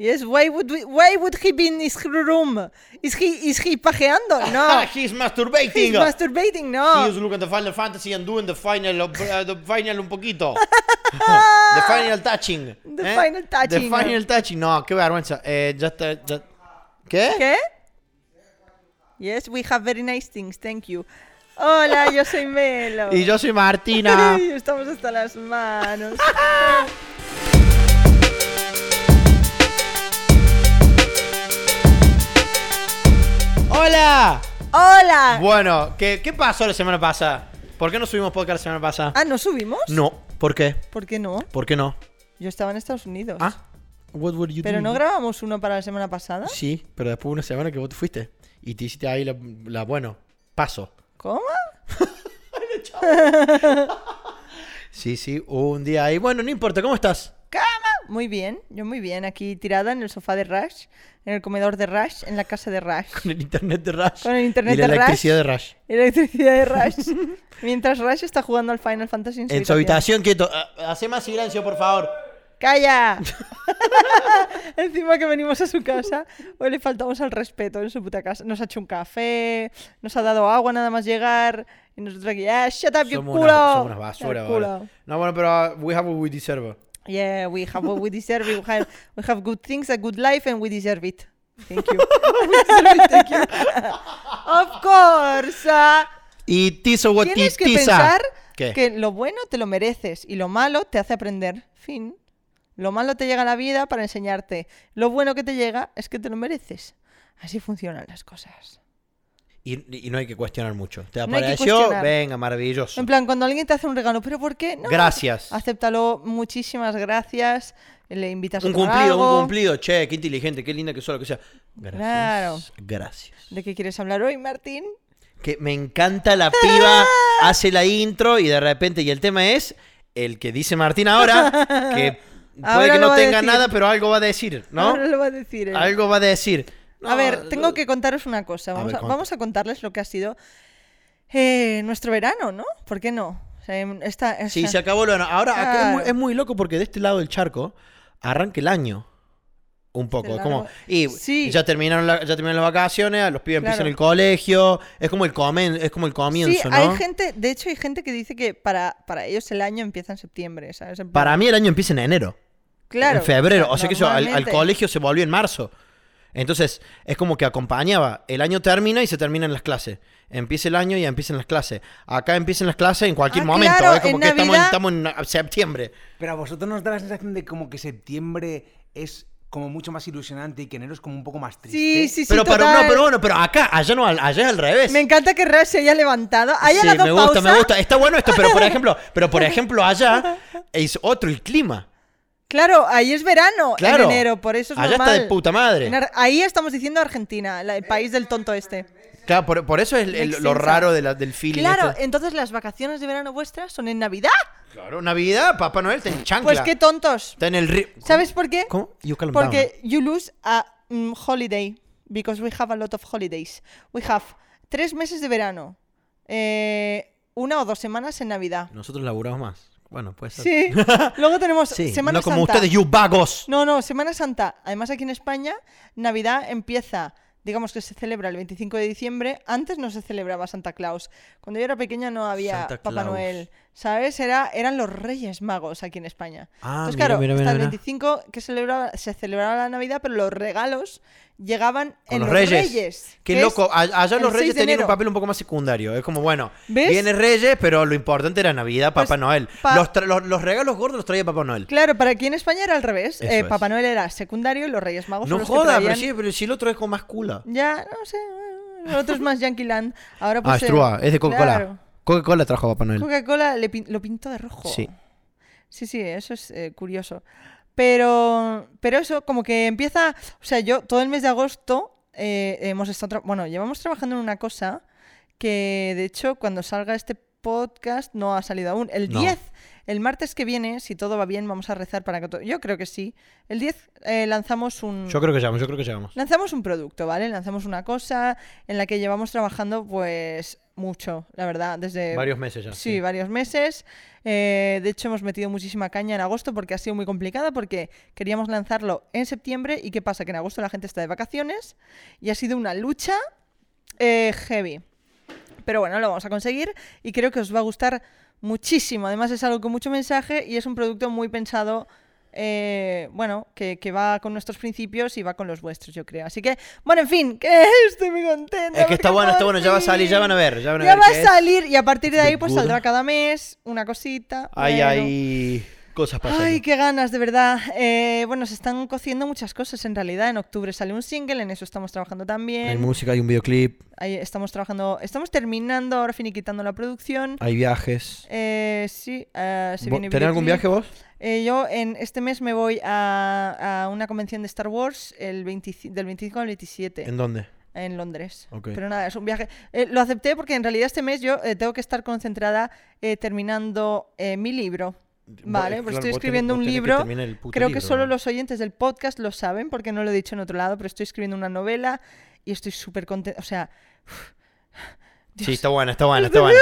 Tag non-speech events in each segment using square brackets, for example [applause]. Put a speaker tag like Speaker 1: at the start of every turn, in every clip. Speaker 1: Yes, why would we, why would he be in his room? Is he is he
Speaker 2: [laughs]
Speaker 1: pajeando? No.
Speaker 2: Ah, He's masturbating.
Speaker 1: Ah. He's oh. masturbating,
Speaker 2: He
Speaker 1: no.
Speaker 2: is looking at the Final Fantasy and doing the final, of- uh, the final
Speaker 1: [laughs]
Speaker 2: un poquito. the final touching. Eh?
Speaker 1: The final touching.
Speaker 2: The final touching. No, qué vergüenza. Eh, ya está. ya- ¿Qué?
Speaker 1: ¿Qué? Yes, we have very nice things, thank you. Hola, yo soy Melo.
Speaker 2: Y yo
Speaker 1: [laughs]
Speaker 2: soy Martina.
Speaker 1: Estamos hasta las manos.
Speaker 2: ¡Hola! [laughs]
Speaker 1: Hola.
Speaker 2: Bueno, ¿qué, ¿qué pasó la semana pasada? ¿Por qué no subimos podcast la semana pasada?
Speaker 1: Ah, ¿no subimos?
Speaker 2: No. ¿Por qué?
Speaker 1: ¿Por qué no?
Speaker 2: ¿Por qué no?
Speaker 1: Yo estaba en Estados Unidos.
Speaker 2: Ah. What were you
Speaker 1: Pero
Speaker 2: doing?
Speaker 1: no grabamos uno para la semana pasada.
Speaker 2: Sí, pero después de una semana que vos te fuiste. Y te hiciste ahí la, la- bueno, paso.
Speaker 1: ¿Cómo?
Speaker 2: Sí, sí, hubo un día ahí. Bueno, no importa, ¿cómo estás? [laughs]
Speaker 1: ¡Cama! Muy bien, yo muy bien. Aquí tirada en el sofá de Rush, en el comedor de Rush, en la casa de Rush.
Speaker 2: Con el internet de Rush.
Speaker 1: Con el internet
Speaker 2: y la
Speaker 1: de Rush.
Speaker 2: electricidad de Rush.
Speaker 1: Electricidad de Rush. Mientras Rush está jugando al Final Fantasy en su,
Speaker 2: En su habitación, quieto. Ah, Hacé más silencio, por favor. [laughs]
Speaker 1: ¡Calla! Encima que venimos a su casa, hoy le faltamos al respeto en su puta casa. Nos ha hecho un café, nos ha dado agua nada más llegar, y nosotros aquí, ¡ah, shut up, you
Speaker 2: Somos
Speaker 1: culo!
Speaker 2: una, somos una basura,
Speaker 1: Ya,
Speaker 2: boludo. No, bueno, pero ah, we have what we deserve.
Speaker 1: Yeah, we have what we deserve, we have, we have good things, a good life, and we deserve it. Thank
Speaker 2: [laughs]
Speaker 1: you. We deserve it, thank you. [laughs] of course. ah.
Speaker 2: Y tizo what ah?
Speaker 1: Tienes que
Speaker 2: tiza.
Speaker 1: pensar
Speaker 2: ¿Qué?
Speaker 1: que lo bueno te lo mereces y lo malo te hace aprender. Fin. Lo malo te llega a la vida para enseñarte. Lo bueno que te llega es que te lo mereces. Así funcionan las cosas.
Speaker 2: Y, y no hay que cuestionar mucho. Te
Speaker 1: No hay que
Speaker 2: apareció,
Speaker 1: cuestionar.
Speaker 2: venga, maravilloso.
Speaker 1: En plan, cuando alguien te hace un regalo, ¿pero por qué? No,
Speaker 2: Gracias.
Speaker 1: acéptalo, muchísimas gracias. Le invitas
Speaker 2: Un
Speaker 1: a tomar
Speaker 2: cumplido,
Speaker 1: algo.
Speaker 2: un cumplido. Che, qué inteligente, qué linda que sos, lo que sea. Gracias.
Speaker 1: Claro.
Speaker 2: Gracias.
Speaker 1: ¿De qué quieres hablar hoy, Martín?
Speaker 2: Que me encanta la
Speaker 1: [laughs]
Speaker 2: piba, hace la intro y de repente, y el tema es el que dice Martín ahora,
Speaker 1: [laughs]
Speaker 2: que puede
Speaker 1: Ahora
Speaker 2: que
Speaker 1: lo
Speaker 2: no
Speaker 1: va a
Speaker 2: tenga
Speaker 1: decir.
Speaker 2: nada, pero algo va a decir, ¿no?
Speaker 1: Ahora lo va a decir. él.
Speaker 2: Algo va a decir.
Speaker 1: a
Speaker 2: No,
Speaker 1: ver, tengo que contaros una cosa.
Speaker 2: A
Speaker 1: Vamos
Speaker 2: ver,
Speaker 1: a,
Speaker 2: cuenta.
Speaker 1: vamos a contarles lo que ha sido eh, nuestro verano, ¿no? ¿Por qué no? O sea, em, esta, o
Speaker 2: Sí,
Speaker 1: sea,
Speaker 2: se acabó lo. Ahora acá es, muy,
Speaker 1: Claro.
Speaker 2: es muy loco porque de este lado del charco arranca el año. Un poco,
Speaker 1: Este
Speaker 2: es como.
Speaker 1: largo-
Speaker 2: Y
Speaker 1: Sí.
Speaker 2: ya terminaron la- ya terminaron las vacaciones, a los pibes
Speaker 1: Claro.
Speaker 2: empiezan el colegio. Es como el comen, es como el comienzo,
Speaker 1: sí,
Speaker 2: ¿no?
Speaker 1: hay gente, de hecho hay gente que dice que para, para ellos el año empieza en septiembre, ¿sabes? En plan-
Speaker 2: Para mí el año empieza en enero.
Speaker 1: claro,
Speaker 2: en febrero. O sea que eso, al, al
Speaker 1: normalmente.
Speaker 2: colegio se volvió en marzo. Entonces, es como que acompañaba. El año termina y se terminan las clases. Empieza el año y empiezan las clases. Acá empiezan las clases en cualquier
Speaker 1: Ah,
Speaker 2: momento.
Speaker 1: claro,
Speaker 2: es como
Speaker 1: en
Speaker 2: que estamos, en-
Speaker 1: Navidad-
Speaker 2: estamos en na- septiembre.
Speaker 3: Pero a vosotros nos da la sensación de como que septiembre es como mucho más ilusionante y que enero es como un poco más triste.
Speaker 1: Sí, sí, sí,
Speaker 2: pero, para-
Speaker 1: total.
Speaker 2: no, pero bueno, pero acá, allá no, al- allá es al revés.
Speaker 1: Me encanta que Raz se haya levantado. Haya
Speaker 2: Sí,
Speaker 1: dado
Speaker 2: me gusta,
Speaker 1: pausa.
Speaker 2: me gusta. Está bueno esto, pero por ejemplo, pero
Speaker 1: [laughs]
Speaker 2: por ejemplo allá es otro el clima.
Speaker 1: Claro, ahí es verano
Speaker 2: Claro.
Speaker 1: en enero, por eso es
Speaker 2: Allá está
Speaker 1: normal.
Speaker 2: de puta madre.
Speaker 1: En Ar- Ahí estamos diciendo Argentina, la- el país del tonto este.
Speaker 2: Claro, por, por eso es el- el- lo
Speaker 1: Extensa.
Speaker 2: raro de la- del feeling.
Speaker 1: Claro, eh,
Speaker 2: este.
Speaker 1: entonces las vacaciones de verano vuestras son en Navidad.
Speaker 2: claro, Navidad, Papá Noel está en chancla.
Speaker 1: Pues qué tontos.
Speaker 2: está en el río.
Speaker 1: ¿Sabes por qué?
Speaker 2: ¿Cómo? You calm down.
Speaker 1: Porque you lose a mm, holiday because we have a lot of holidays. We have tres meses de verano, eh, una o dos semanas en Navidad.
Speaker 2: Nosotros laburamos más. Bueno, puede ser.
Speaker 1: Sí.
Speaker 2: [laughs]
Speaker 1: Luego tenemos
Speaker 2: Sí,
Speaker 1: Semana
Speaker 2: no como
Speaker 1: Santa.
Speaker 2: ustedes, you vagos.
Speaker 1: No, no, Semana Santa. Además aquí en España Navidad empieza, digamos que se celebra el 25 de diciembre. Antes no se celebraba Santa Claus. Cuando yo era pequeña no había
Speaker 2: Santa
Speaker 1: Papá
Speaker 2: Claus.
Speaker 1: Noel. ¿Sabes? Era, eran los Reyes Magos aquí en España.
Speaker 2: Ah,
Speaker 1: Entonces,
Speaker 2: mira,
Speaker 1: claro,
Speaker 2: mira, mira,
Speaker 1: hasta el
Speaker 2: mira.
Speaker 1: 25 que celebraba, se celebraba la Navidad, pero los regalos llegaban
Speaker 2: Con
Speaker 1: en
Speaker 2: los Reyes. Qué
Speaker 1: que es
Speaker 2: loco. a- Allá
Speaker 1: el 6
Speaker 2: los reyes
Speaker 1: de
Speaker 2: tenían un
Speaker 1: enero.
Speaker 2: papel un poco más secundario. Es como, bueno,
Speaker 1: ¿Ves?
Speaker 2: viene Reyes, pero lo importante era Navidad,
Speaker 1: Pues,
Speaker 2: Papá Noel.
Speaker 1: pa-
Speaker 2: Los, tra- los- los regalos gordos los traía Papá Noel.
Speaker 1: Claro, para aquí en España era al revés.
Speaker 2: Eso
Speaker 1: Eh,
Speaker 2: es.
Speaker 1: Papá Noel era secundario y los Reyes Magos son
Speaker 2: No
Speaker 1: los
Speaker 2: joda,
Speaker 1: que
Speaker 2: pero
Speaker 1: traían...
Speaker 2: sí, pero si el otro es con más cula.
Speaker 1: Ya, no sé. El otro es más Yankee Land. Ahora pues,
Speaker 2: ah,
Speaker 1: eh,
Speaker 2: Strua, es de Coca-Cola.
Speaker 1: claro.
Speaker 2: Coca-Cola trajo a Papá Noel.
Speaker 1: Coca-Cola le pin- lo pintó de rojo.
Speaker 2: Sí.
Speaker 1: Sí, sí, eso es eh, curioso. Pero, pero eso, como que empieza. O sea, yo todo el mes de agosto eh, hemos estado. tra- Bueno, llevamos trabajando en una cosa que, de hecho, cuando salga este podcast no ha salido aún. El
Speaker 2: No.
Speaker 1: 10, el martes que viene, si todo va bien, vamos a rezar para que todo... Yo creo que sí. El 10 eh, lanzamos un...
Speaker 2: Yo creo que llegamos, yo creo que llegamos.
Speaker 1: Lanzamos un producto, ¿vale? Lanzamos una cosa en la que llevamos trabajando pues mucho, la verdad, desde...
Speaker 2: Varios meses ya.
Speaker 1: Eh, Sí, varios meses. Eh, de hecho, hemos metido muchísima caña en agosto porque ha sido muy complicada porque queríamos lanzarlo en septiembre y ¿qué pasa? Que en agosto la gente está de vacaciones y ha sido una lucha eh, heavy. Pero bueno, lo vamos a conseguir y creo que os va a gustar muchísimo. Además es algo con mucho mensaje y es un producto muy pensado, eh, bueno, que, que va con nuestros principios y va con los vuestros, yo creo. Así que, bueno, en fin, [laughs] que estoy muy contenta.
Speaker 2: Es que está
Speaker 1: porque
Speaker 2: bueno, está
Speaker 1: por
Speaker 2: bueno, ya va a salir, ya
Speaker 1: fin
Speaker 2: van a ver, ya van a
Speaker 1: ya
Speaker 2: ver.
Speaker 1: va
Speaker 2: qué
Speaker 1: a
Speaker 2: es.
Speaker 1: salir y a partir de
Speaker 2: The
Speaker 1: ahí pues
Speaker 2: Good.
Speaker 1: saldrá cada mes una cosita.
Speaker 2: Ay,
Speaker 1: bueno.
Speaker 2: hay cosas pasando.
Speaker 1: Ay, qué ganas, de verdad. Eh, bueno, se están cociendo muchas cosas en realidad. En octubre sale un single, en eso estamos trabajando
Speaker 2: Hay
Speaker 1: también.
Speaker 2: música, hay un videoclip,
Speaker 1: Ahí estamos trabajando, estamos terminando ahora finiquitando la producción.
Speaker 2: hay viajes.
Speaker 1: Eh, sí, eh, se
Speaker 2: ¿Vo-
Speaker 1: viene
Speaker 2: ¿Tenés algún viaje
Speaker 1: videoclip.
Speaker 2: vos?
Speaker 1: Eh, yo en este mes me voy a, a una convención de Star Wars el 25 del 25 al 27.
Speaker 2: ¿En dónde?
Speaker 1: en Londres.
Speaker 2: Ok.
Speaker 1: Pero nada, es un viaje. Eh, lo acepté porque en realidad este mes yo eh, tengo que estar concentrada eh, terminando eh, mi libro. Vale,
Speaker 2: Vos- eh,
Speaker 1: pues
Speaker 2: claro,
Speaker 1: estoy
Speaker 2: vos tenés-
Speaker 1: escribiendo
Speaker 2: vos
Speaker 1: un
Speaker 2: tenés que
Speaker 1: libro.
Speaker 2: terminar el puto
Speaker 1: Creo que
Speaker 2: libro,
Speaker 1: solo
Speaker 2: ¿no?
Speaker 1: los oyentes del podcast lo saben porque no lo he dicho en otro lado, pero estoy escribiendo una novela y estoy súper contenta. O sea,
Speaker 2: Sí, está bueno, está
Speaker 1: [laughs]
Speaker 2: bueno, está bueno.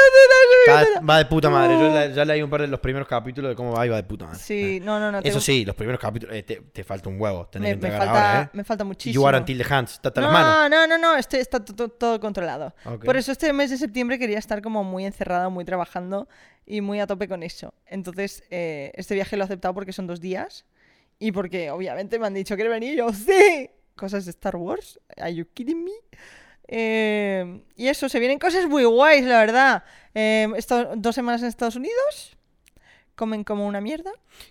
Speaker 2: Está- va de puta madre. Yo la- ya leí un par de los primeros capítulos de cómo va y va de puta madre. Eh,
Speaker 1: sí, no, no, no.
Speaker 2: Eso
Speaker 1: tengo-
Speaker 2: sí, los primeros capítulos. eh, te, te falta un huevo. Tenés que
Speaker 1: me, me
Speaker 2: entregar
Speaker 1: falta,
Speaker 2: ahora, ¿eh?
Speaker 1: me falta
Speaker 2: You
Speaker 1: muchísimo.
Speaker 2: are until the hands. Está hasta
Speaker 1: no,
Speaker 2: las manos.
Speaker 1: no, no, no, este está to- to- todo controlado.
Speaker 2: Ok.
Speaker 1: Por eso este mes de septiembre quería estar como muy encerrada, muy trabajando y muy a tope con eso. Entonces, eh, este viaje lo he aceptado porque son dos días y porque obviamente me han dicho que venir y yo, [laughs] sí, cosas de Star Wars, ¿are you kidding me? Eh, y eso, se vienen cosas muy guays, la verdad. Eh, he estado dos semanas en Estados Unidos, comen como una mierda.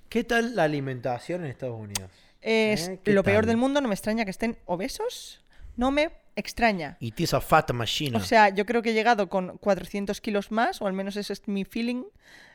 Speaker 2: ¿Qué tal la alimentación en Estados Unidos?
Speaker 1: Es
Speaker 2: Eh, ¿qué
Speaker 1: lo peor
Speaker 2: tal?
Speaker 1: del mundo, no me extraña que estén obesos, no me extraña.
Speaker 2: It is a fat machine.
Speaker 1: O sea, yo creo que he llegado con 400 kilos más, o al menos ese es mi feeling.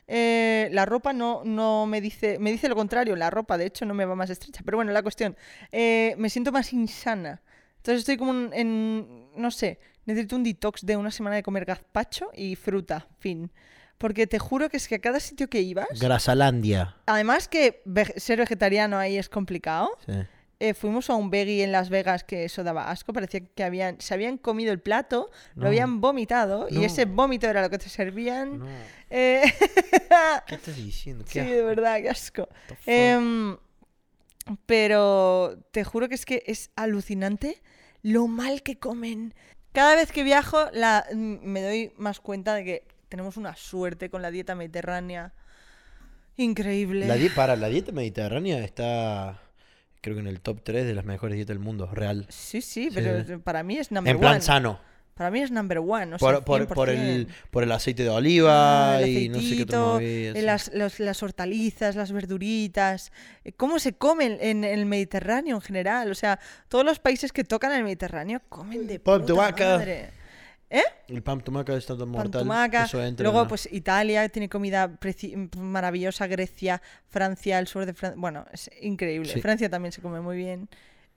Speaker 1: Eh, la ropa no, no me dice, me dice lo contrario, la ropa de hecho no me va más estrecha. Pero bueno, la cuestión, eh, me siento más insana. Entonces estoy como en, en- no sé, necesito un detox de una semana de comer gazpacho y fruta, fin. Porque te juro que es que a cada sitio que ibas,
Speaker 2: Grasalandia.
Speaker 1: además que ve- ser vegetariano ahí es complicado,
Speaker 2: Sí.
Speaker 1: eh, fuimos a un veggie en Las Vegas que eso daba asco, parecía que habían, se habían comido el plato,
Speaker 2: No.
Speaker 1: lo habían vomitado
Speaker 2: No.
Speaker 1: y ese vómito era lo que te servían.
Speaker 2: No,
Speaker 1: Eh, [laughs]
Speaker 2: ¿Qué estás diciendo? Qué
Speaker 1: sí,
Speaker 2: asco,
Speaker 1: de verdad, qué asco.
Speaker 2: what the fuck.
Speaker 1: Em, pero te juro que es que es alucinante lo mal que comen. Cada vez que viajo la, m- me doy más cuenta de que tenemos una suerte con la dieta mediterránea increíble.
Speaker 2: La die- para, la dieta mediterránea está, creo que en el top 3 de las mejores dietas del mundo, real.
Speaker 1: Sí, sí,
Speaker 2: Sí,
Speaker 1: pero
Speaker 2: sí.
Speaker 1: para mí es number
Speaker 2: En plan
Speaker 1: one.
Speaker 2: sano.
Speaker 1: Para mí es number one, o sea,
Speaker 2: por, por- por el,
Speaker 1: 100%.
Speaker 2: por el aceite de
Speaker 1: Ah,
Speaker 2: oliva
Speaker 1: el
Speaker 2: y no sé qué
Speaker 1: aceitito,
Speaker 2: otra movida,
Speaker 1: eh,
Speaker 2: sí.
Speaker 1: las, los- las hortalizas, las verduritas, eh, cómo se comen en, el Mediterráneo en general. O sea, todos los países que tocan el Mediterráneo comen de
Speaker 2: Pan
Speaker 1: puta
Speaker 2: tumaca.
Speaker 1: madre. ¿Eh?
Speaker 2: El pan tumaca está tan mortal.
Speaker 1: Pantumaca.
Speaker 2: eso entra,
Speaker 1: Luego,
Speaker 2: ¿no?
Speaker 1: pues Italia tiene comida preci- maravillosa, Grecia, Francia, el sur de Francia. Bueno, es increíble.
Speaker 2: Sí.
Speaker 1: Francia también se come muy bien.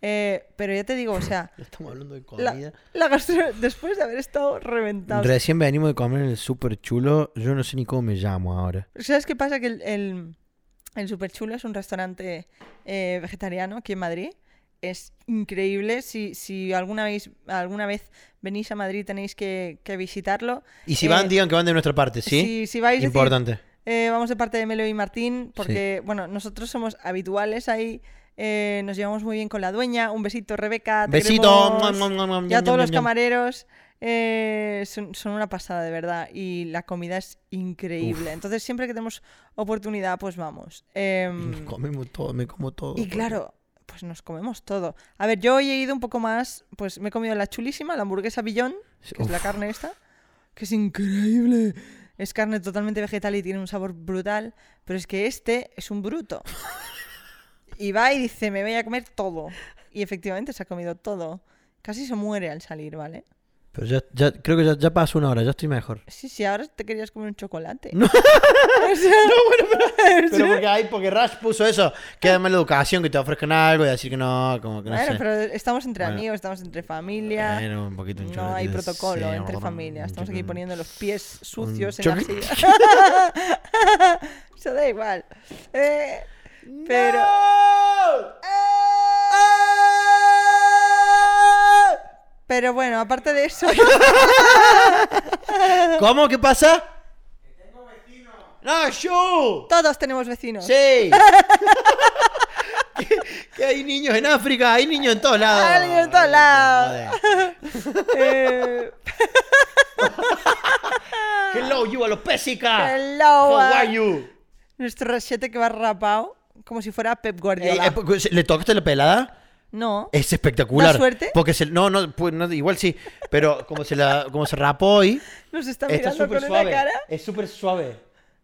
Speaker 1: Eh, pero ya te digo, o sea,
Speaker 2: [laughs] Ya Estamos hablando de comida.
Speaker 1: la, la gastro- después de haber estado reventados
Speaker 2: Recién venimos de comer en el super chulo. Yo no sé ni cómo me llamo ahora.
Speaker 1: Pero ¿Sabes qué pasa? Que el, el, Super Chulo es un restaurante eh, vegetariano aquí en Madrid. Es increíble. Si, si alguna, vez, alguna vez venís a Madrid tenéis que, que visitarlo.
Speaker 2: Y si
Speaker 1: Eh,
Speaker 2: van, digan que van de nuestra parte, ¿sí?
Speaker 1: Si, si vais, decid,
Speaker 2: Importante.
Speaker 1: eh, vamos de parte de Melo y Martín, porque bueno, nosotros somos habituales ahí. eh, nos llevamos muy bien con la dueña. Un besito, Rebeca. te
Speaker 2: Besito.
Speaker 1: queremos.
Speaker 2: Muam, muam, muam,
Speaker 1: Y a
Speaker 2: ñam,
Speaker 1: todos
Speaker 2: ñam,
Speaker 1: los
Speaker 2: ñam.
Speaker 1: camareros eh, son, son una pasada, de verdad. Y la comida es increíble. Entonces, siempre que tenemos oportunidad, pues vamos. Em,
Speaker 2: Comemos todo, me como todo.
Speaker 1: y claro, pues nos comemos todo. A ver, yo hoy he ido un poco más, pues me he comido la chulísima, la hamburguesa billón, que es la
Speaker 2: Uf.
Speaker 1: carne esta, que es increíble. Es carne totalmente vegetal y tiene un sabor brutal, pero es que este es un bruto. Y va y dice, me voy a comer todo. Y efectivamente se ha comido todo. Casi se muere al salir, ¿vale?
Speaker 2: Pero ya, ya- creo que ya, ya pasó una hora, ya estoy mejor.
Speaker 1: Sí, sí, ahora te querías comer un
Speaker 2: [laughs]
Speaker 1: chocolate. [laughs]
Speaker 2: No.
Speaker 1: O sea, [laughs] sí.
Speaker 2: Pero porque ahí, porque Rush puso eso, queda mala educación que te ofrezcan algo y decir que no, como que no
Speaker 1: bueno,
Speaker 2: sé.
Speaker 1: pero estamos entre
Speaker 2: Bueno.
Speaker 1: amigos, estamos entre familia.
Speaker 2: Bueno, un poquito un
Speaker 1: no hay
Speaker 2: chocolate,
Speaker 1: protocolo
Speaker 2: sí,
Speaker 1: entre
Speaker 2: un-
Speaker 1: familia. Estamos aquí
Speaker 2: un-
Speaker 1: poniendo los pies
Speaker 2: un
Speaker 1: sucios en la
Speaker 2: chocolate.
Speaker 1: silla.
Speaker 2: [laughs]
Speaker 1: [laughs] Se da igual. Eh, pero. Pero bueno, aparte de eso.
Speaker 2: ¡Eh! ¿Cómo? ¿Qué pasa? Que tengo vecino. ¡No, yo!
Speaker 1: [laughs] Todos tenemos vecinos. [laughs]
Speaker 2: ¡Sí! que, que hay niños en África, hay niños en todos lados.
Speaker 1: Hay niños en todos
Speaker 2: [laughs]
Speaker 1: lados. Eh,
Speaker 2: Hello, you, a los pésica.
Speaker 1: hello,
Speaker 2: How
Speaker 1: ah.
Speaker 2: are you?
Speaker 1: Nuestro rachete que va rapado como si fuera Pep
Speaker 2: Ey,
Speaker 1: Guardiola.
Speaker 2: eh, porque se- ¿Le tocaste la pelada?
Speaker 1: no.
Speaker 2: Es espectacular.
Speaker 1: ¿Da suerte?
Speaker 2: Porque se, no, no, pues, no, igual sí. Pero como se, la, como se rapó
Speaker 1: [laughs]
Speaker 2: hoy,
Speaker 1: Nos está
Speaker 2: está
Speaker 1: mirando
Speaker 2: súper
Speaker 1: con
Speaker 2: suave.
Speaker 1: una cara.
Speaker 2: Es súper suave.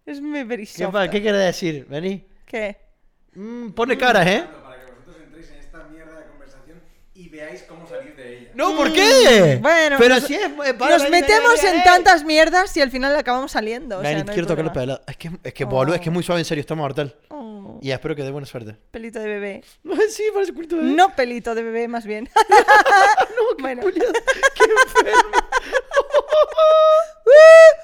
Speaker 1: Es muy very
Speaker 2: ¿Qué,
Speaker 1: soft.
Speaker 2: pa- qué querés decir? Vení.
Speaker 1: ¿Qué?
Speaker 2: Mm, pone caras, ¿eh?
Speaker 4: Para que vosotros entréis en esta mierda de conversación y veáis cómo salir de ella.
Speaker 2: No, ¿por qué?
Speaker 1: Mm. Bueno,
Speaker 2: pero
Speaker 1: nos-
Speaker 2: si es. eh, para- eh.
Speaker 1: Nos
Speaker 2: vení,
Speaker 1: metemos
Speaker 2: vení,
Speaker 1: en
Speaker 2: ey.
Speaker 1: tantas mierdas y al final acabamos saliendo. o sea,
Speaker 2: Vení,
Speaker 1: no hay
Speaker 2: quiero tocar la
Speaker 1: problema.
Speaker 2: pelada. Es que, es que
Speaker 1: Oh.
Speaker 2: boludo, es que es muy suave, en serio, está mortal.
Speaker 1: Oh,
Speaker 2: Y espero que dé buena suerte. [laughs]
Speaker 1: pelito de bebé.
Speaker 2: sí, parece culto ¿eh? de. [laughs]
Speaker 1: No pelito de bebé, más bien. bueno. [laughs]
Speaker 2: [laughs]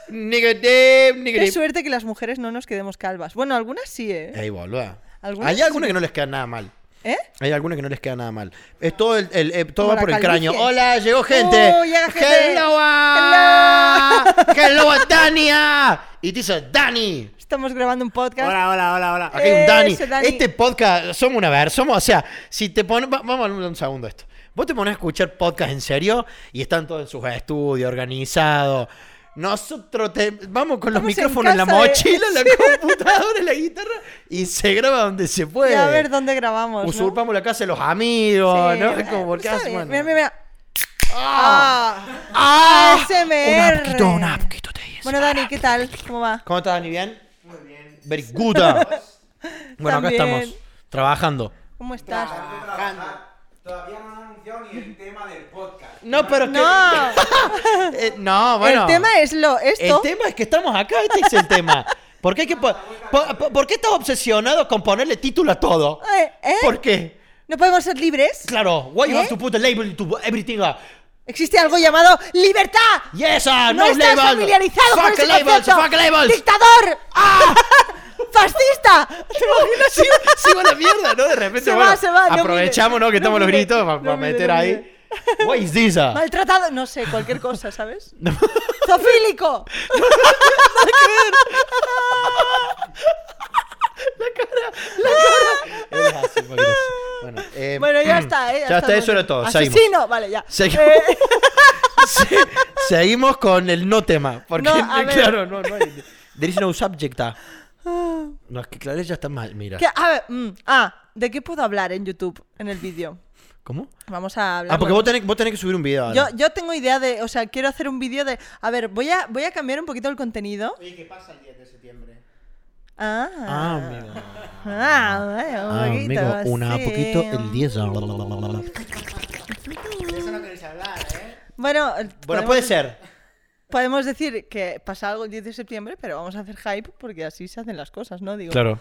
Speaker 2: Nigga damn, nigga
Speaker 1: Qué
Speaker 2: damn.
Speaker 1: suerte que las mujeres no nos quedemos calvas. Bueno, algunas sí, ¿eh?
Speaker 2: Ey, boluda.
Speaker 1: Algunas
Speaker 2: Hay
Speaker 1: sí
Speaker 2: algunas
Speaker 1: me-
Speaker 2: que no les queda nada mal.
Speaker 1: ¿Eh?
Speaker 2: Hay algunas que no les queda nada mal. Es todo, el, el- eh, todo
Speaker 1: Como
Speaker 2: va
Speaker 1: la
Speaker 2: por el cráneo.
Speaker 1: calvicie.
Speaker 2: Hola, llegó gente.
Speaker 1: Oh, llega gente.
Speaker 2: Hello, a- Hello, a Dania. Y te dice Dani.
Speaker 1: Estamos grabando un podcast.
Speaker 3: Hola, hola, hola, hola.
Speaker 2: Acá hay un Dani.
Speaker 1: Ese Dani.
Speaker 2: Este podcast, somos una ver, somos, o sea, si te pones, va- vamos a hablar un segundo de esto. Vos te pones a escuchar podcast en serio y están todos en sus estudios, organizados. Nosotros te, vamos con
Speaker 1: Estamos
Speaker 2: los
Speaker 1: en
Speaker 2: micrófonos en la
Speaker 1: casa de-
Speaker 2: mochila, en
Speaker 1: [laughs]
Speaker 2: la computadora, en la guitarra y se graba donde se
Speaker 1: Y
Speaker 2: puede.
Speaker 1: a ver dónde grabamos. ¿no?
Speaker 2: Usurpamos la casa de los
Speaker 1: Sí,
Speaker 2: amigos, ¿no? Es
Speaker 1: bueno,
Speaker 2: [laughs] como, ¿por qué
Speaker 1: está
Speaker 2: hacen-
Speaker 1: bien.
Speaker 2: bueno.
Speaker 1: Mira, mira, mira. Ah.
Speaker 2: ¡Ah!
Speaker 1: ASMR.
Speaker 2: Un apquito, un apquito te dice.
Speaker 1: Bueno, Dani, ¿qué tal? ¿Cómo va?
Speaker 2: ¿Cómo estás, Dani? ¿Bien? Muy bien. Very
Speaker 1: [laughs]
Speaker 2: good. bueno, acá
Speaker 1: También.
Speaker 2: estamos, trabajando.
Speaker 1: ¿Cómo estás?
Speaker 2: Ah.
Speaker 4: Todavía no han anunciado ni el tema del podcast.
Speaker 2: No, pero
Speaker 1: No,
Speaker 2: Eh, [laughs] no, [laughs] bueno.
Speaker 1: el tema es lo esto.
Speaker 2: El tema es que estamos acá, este es el tema. ¿Por qué, hay que po- po- po- ¿por qué estás obsesionado con ponerle título a todo?
Speaker 1: Eh, ¿eh?
Speaker 2: ¿Por qué?
Speaker 1: ¿No podemos ser libres?
Speaker 2: Claro, why you
Speaker 1: ¿Eh?
Speaker 2: have to put a label to everything? uh,
Speaker 1: Existe algo llamado libertad.
Speaker 2: Yes, uh,
Speaker 1: No
Speaker 2: no,
Speaker 1: estás
Speaker 2: label.
Speaker 1: familiarizado
Speaker 2: fuck
Speaker 1: con ese
Speaker 2: labels,
Speaker 1: concepto.
Speaker 2: fuck labels. Ah.
Speaker 1: Dictador. Fascista. ¿Te imaginas?
Speaker 2: [laughs] Sí, sí, va la mierda, ¿no? De repente,
Speaker 1: Se va,
Speaker 2: bueno,
Speaker 1: se va, no
Speaker 2: aprovechamos,
Speaker 1: mire.
Speaker 2: ¿no? Que
Speaker 1: No
Speaker 2: estamos los
Speaker 1: mire,
Speaker 2: gritos
Speaker 1: no
Speaker 2: para
Speaker 1: mire,
Speaker 2: meter
Speaker 1: no
Speaker 2: ahí. [laughs] What is this? uh?
Speaker 1: Maltratado, no sé, cualquier cosa, ¿sabes? Zofílico.
Speaker 2: Es así, un poquito así. Bueno, eh,
Speaker 1: Bueno, ya está, ¿eh?
Speaker 2: Ya está,
Speaker 1: estamos
Speaker 2: eso era
Speaker 1: en-
Speaker 2: todo. Seguimos.
Speaker 1: Asesino, vale, ya.
Speaker 2: Seguimos.
Speaker 1: Eh,
Speaker 2: [laughs] Sí, seguimos con el no tema. Porque,
Speaker 1: No,
Speaker 2: [laughs]
Speaker 1: a ver.
Speaker 2: claro, no, no hay. There is no subject. ah. No, es que claro, ya está mal, mira.
Speaker 1: que- a ver, mm, ah, ¿de qué puedo hablar en YouTube, en el vídeo?
Speaker 2: ¿Cómo?
Speaker 1: Vamos a hablar.
Speaker 2: Ah, porque
Speaker 1: bueno,
Speaker 2: vos tenés, vos tenés que subir un video ahora.
Speaker 1: Yo, yo tengo idea de, o sea, quiero hacer un vídeo de, a ver, voy a, voy a cambiar un poquito el contenido.
Speaker 4: Oye, ¿qué pasa el 10 de septiembre?
Speaker 1: Ah,
Speaker 2: Ah, amigo.
Speaker 1: Ah, bueno,
Speaker 2: Ah,
Speaker 1: un poquito,
Speaker 2: amigo, una a
Speaker 1: sí.
Speaker 2: poquito, el 10. ah, bla, bla, bla, bla, bla.
Speaker 4: De eso no queréis hablar, ¿eh?
Speaker 1: Bueno,
Speaker 2: Bueno, pues-
Speaker 1: podemos-
Speaker 2: puede ser.
Speaker 1: Podemos decir que pasa algo el 10 de septiembre, pero vamos a hacer hype porque así se hacen las cosas, ¿no? Digo,
Speaker 2: Claro.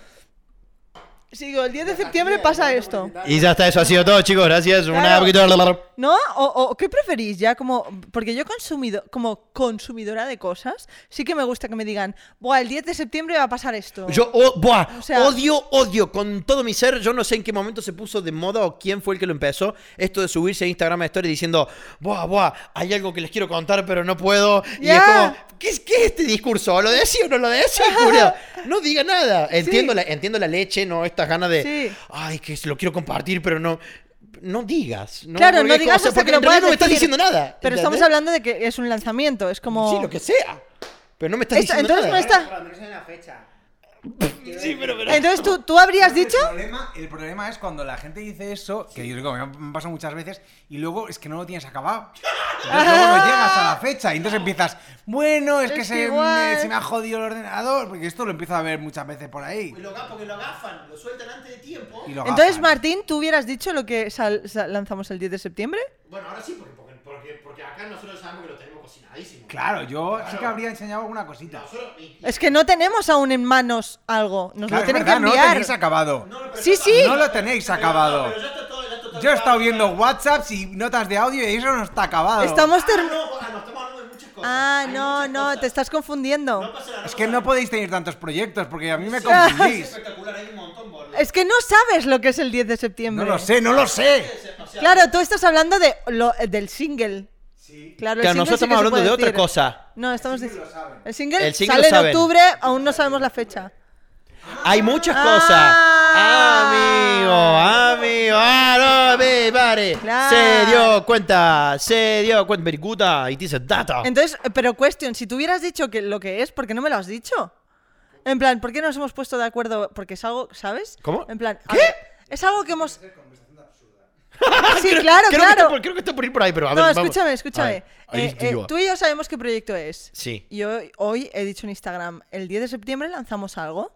Speaker 1: si digo, el 10 de septiembre pasa esto.
Speaker 2: Y ya está, eso ha sido todo, chicos. Gracias. Una a
Speaker 1: Claro.
Speaker 2: poquito. bla, bla, bla.
Speaker 1: ¿No? O, o qué preferís ya como porque yo consumido como consumidora de cosas, sí que me gusta que me digan, "Buah, el 10 de septiembre va a pasar esto."
Speaker 2: Yo, oh, buah,
Speaker 1: O sea-
Speaker 2: odio, odio con todo mi ser. Yo no sé en qué momento se puso de moda o quién fue el que lo empezó. Esto de subirse a Instagram a Stories diciendo, buah, buah, hay algo que les quiero contar, pero no puedo. Y es
Speaker 1: Ya.
Speaker 2: como, ¿qué, es- qué es este discurso? ¿Lo decís o no lo decís, Julio?
Speaker 1: [laughs]
Speaker 2: No diga nada. Entiendo, la, entiendo la leche, ¿no? Estas ganas de,
Speaker 1: Sí.
Speaker 2: ay, que se lo quiero compartir, pero no. No digas. ¿no?
Speaker 1: claro,
Speaker 2: Porque
Speaker 1: no
Speaker 2: es como,
Speaker 1: digas
Speaker 2: o sea,
Speaker 1: hasta
Speaker 2: porque
Speaker 1: que lo
Speaker 2: en realidad
Speaker 1: puedas
Speaker 2: no me estás
Speaker 1: decir.
Speaker 2: diciendo nada.
Speaker 1: Pero
Speaker 2: ¿entendés?
Speaker 1: estamos hablando de que es un lanzamiento, es como
Speaker 2: Sí, lo que sea. Pero no me estás
Speaker 1: Esto-
Speaker 2: diciendo
Speaker 1: entonces
Speaker 2: nada.
Speaker 1: no está-
Speaker 4: Por lo menos hay una fecha.
Speaker 2: Sí, pero- pero-
Speaker 1: Entonces tú tú habrías dicho
Speaker 4: El problema,
Speaker 3: El problema es cuando la gente dice eso, que yo digo, me ha pasado muchas veces, y luego es que no lo tienes
Speaker 1: [laughs]
Speaker 3: acabado. Entonces luego no llegas a la fecha y entonces empiezas, bueno, es que
Speaker 1: Es
Speaker 3: se,
Speaker 1: igual.
Speaker 3: me, se me ha jodido el ordenador, porque esto lo empiezo a ver muchas veces por ahí.
Speaker 2: Lo ga- porque lo agafan, lo sueltan antes de tiempo.
Speaker 3: Y lo
Speaker 1: Entonces,
Speaker 3: gafan.
Speaker 1: Martín, ¿tú hubieras dicho lo que sal- sal- lanzamos el 10 de septiembre?
Speaker 2: Bueno, ahora sí, porque, porque, porque, porque acá nosotros sabemos que lo tenemos cocinadísimo.
Speaker 3: Claro, yo sí que
Speaker 2: Claro.
Speaker 3: habría enseñado alguna cosita.
Speaker 2: Nosotros- y- y-
Speaker 1: Es que no tenemos aún en manos algo. Nos
Speaker 3: Claro,
Speaker 1: lo
Speaker 3: es
Speaker 1: tienen
Speaker 3: verdad,
Speaker 1: que
Speaker 3: No lo
Speaker 1: enviar.
Speaker 3: tenéis acabado.
Speaker 2: no, pero
Speaker 1: Sí,
Speaker 2: ya está-
Speaker 1: sí.
Speaker 3: No lo tenéis
Speaker 2: pero-
Speaker 3: acabado.
Speaker 2: pero ya está todo- ya está todo
Speaker 3: Yo he estado
Speaker 2: acabado,
Speaker 3: viendo
Speaker 2: claro.
Speaker 3: WhatsApps y notas de audio y eso no está acabado.
Speaker 1: Estamos
Speaker 2: Ah,
Speaker 1: terminando.
Speaker 2: no, ah, no, estamos hablando de muchas cosas.
Speaker 1: Ah,
Speaker 2: Hay
Speaker 1: no,
Speaker 2: muchas
Speaker 1: no,
Speaker 2: cosas.
Speaker 1: te estás confundiendo.
Speaker 2: No pasa nada,
Speaker 3: Es
Speaker 2: pasa
Speaker 3: que no
Speaker 2: nada.
Speaker 3: podéis tener tantos proyectos porque a mí
Speaker 1: [laughs]
Speaker 3: me
Speaker 2: Es
Speaker 3: confundís.
Speaker 2: espectacular, hay un montón, boludo.
Speaker 1: Es que no sabes lo que es el 10 de
Speaker 3: No
Speaker 1: septiembre.
Speaker 3: lo sé, no lo sé.
Speaker 2: O sea,
Speaker 1: Claro, tú estás hablando de lo, del single.
Speaker 4: Sí.
Speaker 1: Claro, el
Speaker 2: Claro,
Speaker 1: single
Speaker 2: nosotros
Speaker 1: sí que
Speaker 2: estamos
Speaker 1: se
Speaker 2: hablando
Speaker 1: puede
Speaker 2: de otra
Speaker 1: decir.
Speaker 2: cosa.
Speaker 1: No, estamos
Speaker 4: single
Speaker 1: dic-
Speaker 4: lo saben.
Speaker 1: El single,
Speaker 2: El single
Speaker 1: sale
Speaker 2: lo
Speaker 1: en
Speaker 2: saben.
Speaker 1: octubre, aún no sabemos la fecha.
Speaker 2: Hay muchas
Speaker 1: Ah.
Speaker 2: cosas. Amigo, amigo, ah, no, mi padre.
Speaker 1: Claro.
Speaker 2: Se dio cuenta, se dio cuenta. Very good, ah, it is a data.
Speaker 1: Entonces, pero question, si tú hubieras dicho que lo que es, ¿por qué no me lo has dicho? En plan, ¿por qué nos hemos puesto de acuerdo? Porque es algo, ¿sabes?
Speaker 2: ¿Cómo?
Speaker 1: En plan, a
Speaker 2: ¿Qué?
Speaker 1: ver, es algo que
Speaker 2: [laughs]
Speaker 1: hemos... Sí, claro,
Speaker 2: Ah, creo, Que
Speaker 1: claro.
Speaker 2: está por, creo que está por ir por ahí, pero a ver.
Speaker 1: No,
Speaker 2: vamos.
Speaker 1: escúchame,
Speaker 2: A
Speaker 1: escúchame.
Speaker 2: ver, ahí
Speaker 1: Eh, eh,
Speaker 2: digo.
Speaker 1: tú y yo sabemos qué proyecto es.
Speaker 2: Sí.
Speaker 1: Yo hoy he dicho en Instagram, el 10 de septiembre lanzamos algo.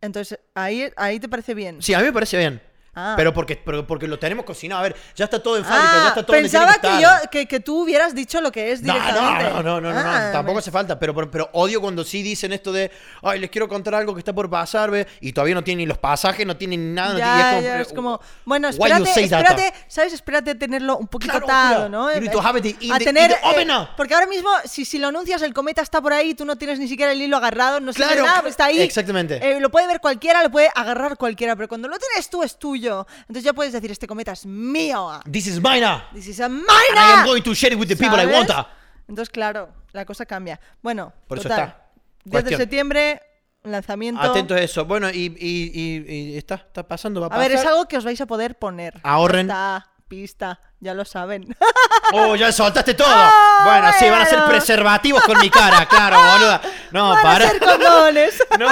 Speaker 1: Entonces, ahí, ahí te parece bien.
Speaker 2: Sí, a mí me parece bien.
Speaker 1: Ah.
Speaker 2: Pero, porque, pero porque lo tenemos cocinado. A ver, ya está todo en fábrica, ya está todo donde tiene
Speaker 1: Ah, pensaba que,
Speaker 2: estar.
Speaker 1: yo, que, que tú hubieras dicho lo que es
Speaker 2: No, no,
Speaker 1: directamente.
Speaker 2: no, no, no, no, no,
Speaker 1: Ah,
Speaker 2: tampoco
Speaker 1: me-
Speaker 2: hace falta, pero, pero, pero odio cuando sí dicen esto de, ay, les quiero contar algo que está por pasar, ve, y todavía no tienen ni los pasajes, no tienen nada, Ah, no tienen- y
Speaker 1: Ya, ya, es como, bueno,
Speaker 2: Why you
Speaker 1: espérate,
Speaker 2: say that?
Speaker 1: espérate, ¿sabes? Espérate a tenerlo un poquito
Speaker 2: Claro,
Speaker 1: atado,
Speaker 2: claro.
Speaker 1: ¿no?
Speaker 2: You need to have it in
Speaker 1: a
Speaker 2: the-
Speaker 1: tener,
Speaker 2: in the oven
Speaker 1: eh,
Speaker 2: up.
Speaker 1: porque ahora mismo, si, si lo anuncias, el cometa está por ahí, tú no tienes ni siquiera el hilo agarrado, no sabes
Speaker 2: Claro,
Speaker 1: nada, pues está ahí.
Speaker 2: exactamente.
Speaker 1: Eh, lo puede ver cualquiera, lo puede agarrar cualquiera, pero cuando lo tienes tú, es tuyo. Entonces ya puedes decir, este cometa es mío.
Speaker 2: This is mine, ah,
Speaker 1: This is a
Speaker 2: and I am
Speaker 1: mine.
Speaker 2: going to share it with the people I
Speaker 1: ¿Sabes?
Speaker 2: want. ah.
Speaker 1: Entonces, claro, la cosa cambia. Bueno,
Speaker 2: Por eso
Speaker 1: total,
Speaker 2: está.
Speaker 1: 10 de
Speaker 2: Cuestión.
Speaker 1: septiembre, lanzamiento.
Speaker 2: Atentos a eso. Bueno, y, y- y- y está, está pasando, va a
Speaker 1: a
Speaker 2: pasar.
Speaker 1: ver, es algo que os vais a poder poner.
Speaker 2: Ahorren.
Speaker 1: Pista, pista, ya lo saben.
Speaker 2: [laughs] Oh, ya soltaste todo.
Speaker 1: Ah,
Speaker 2: bueno, sí, van a ser
Speaker 1: bueno.
Speaker 2: preservativos con mi cara, claro,
Speaker 1: [laughs]
Speaker 2: boluda.
Speaker 1: [laughs]
Speaker 2: No,
Speaker 1: Van
Speaker 2: para.
Speaker 1: a ser condones.
Speaker 2: [laughs]
Speaker 1: [laughs]
Speaker 2: No.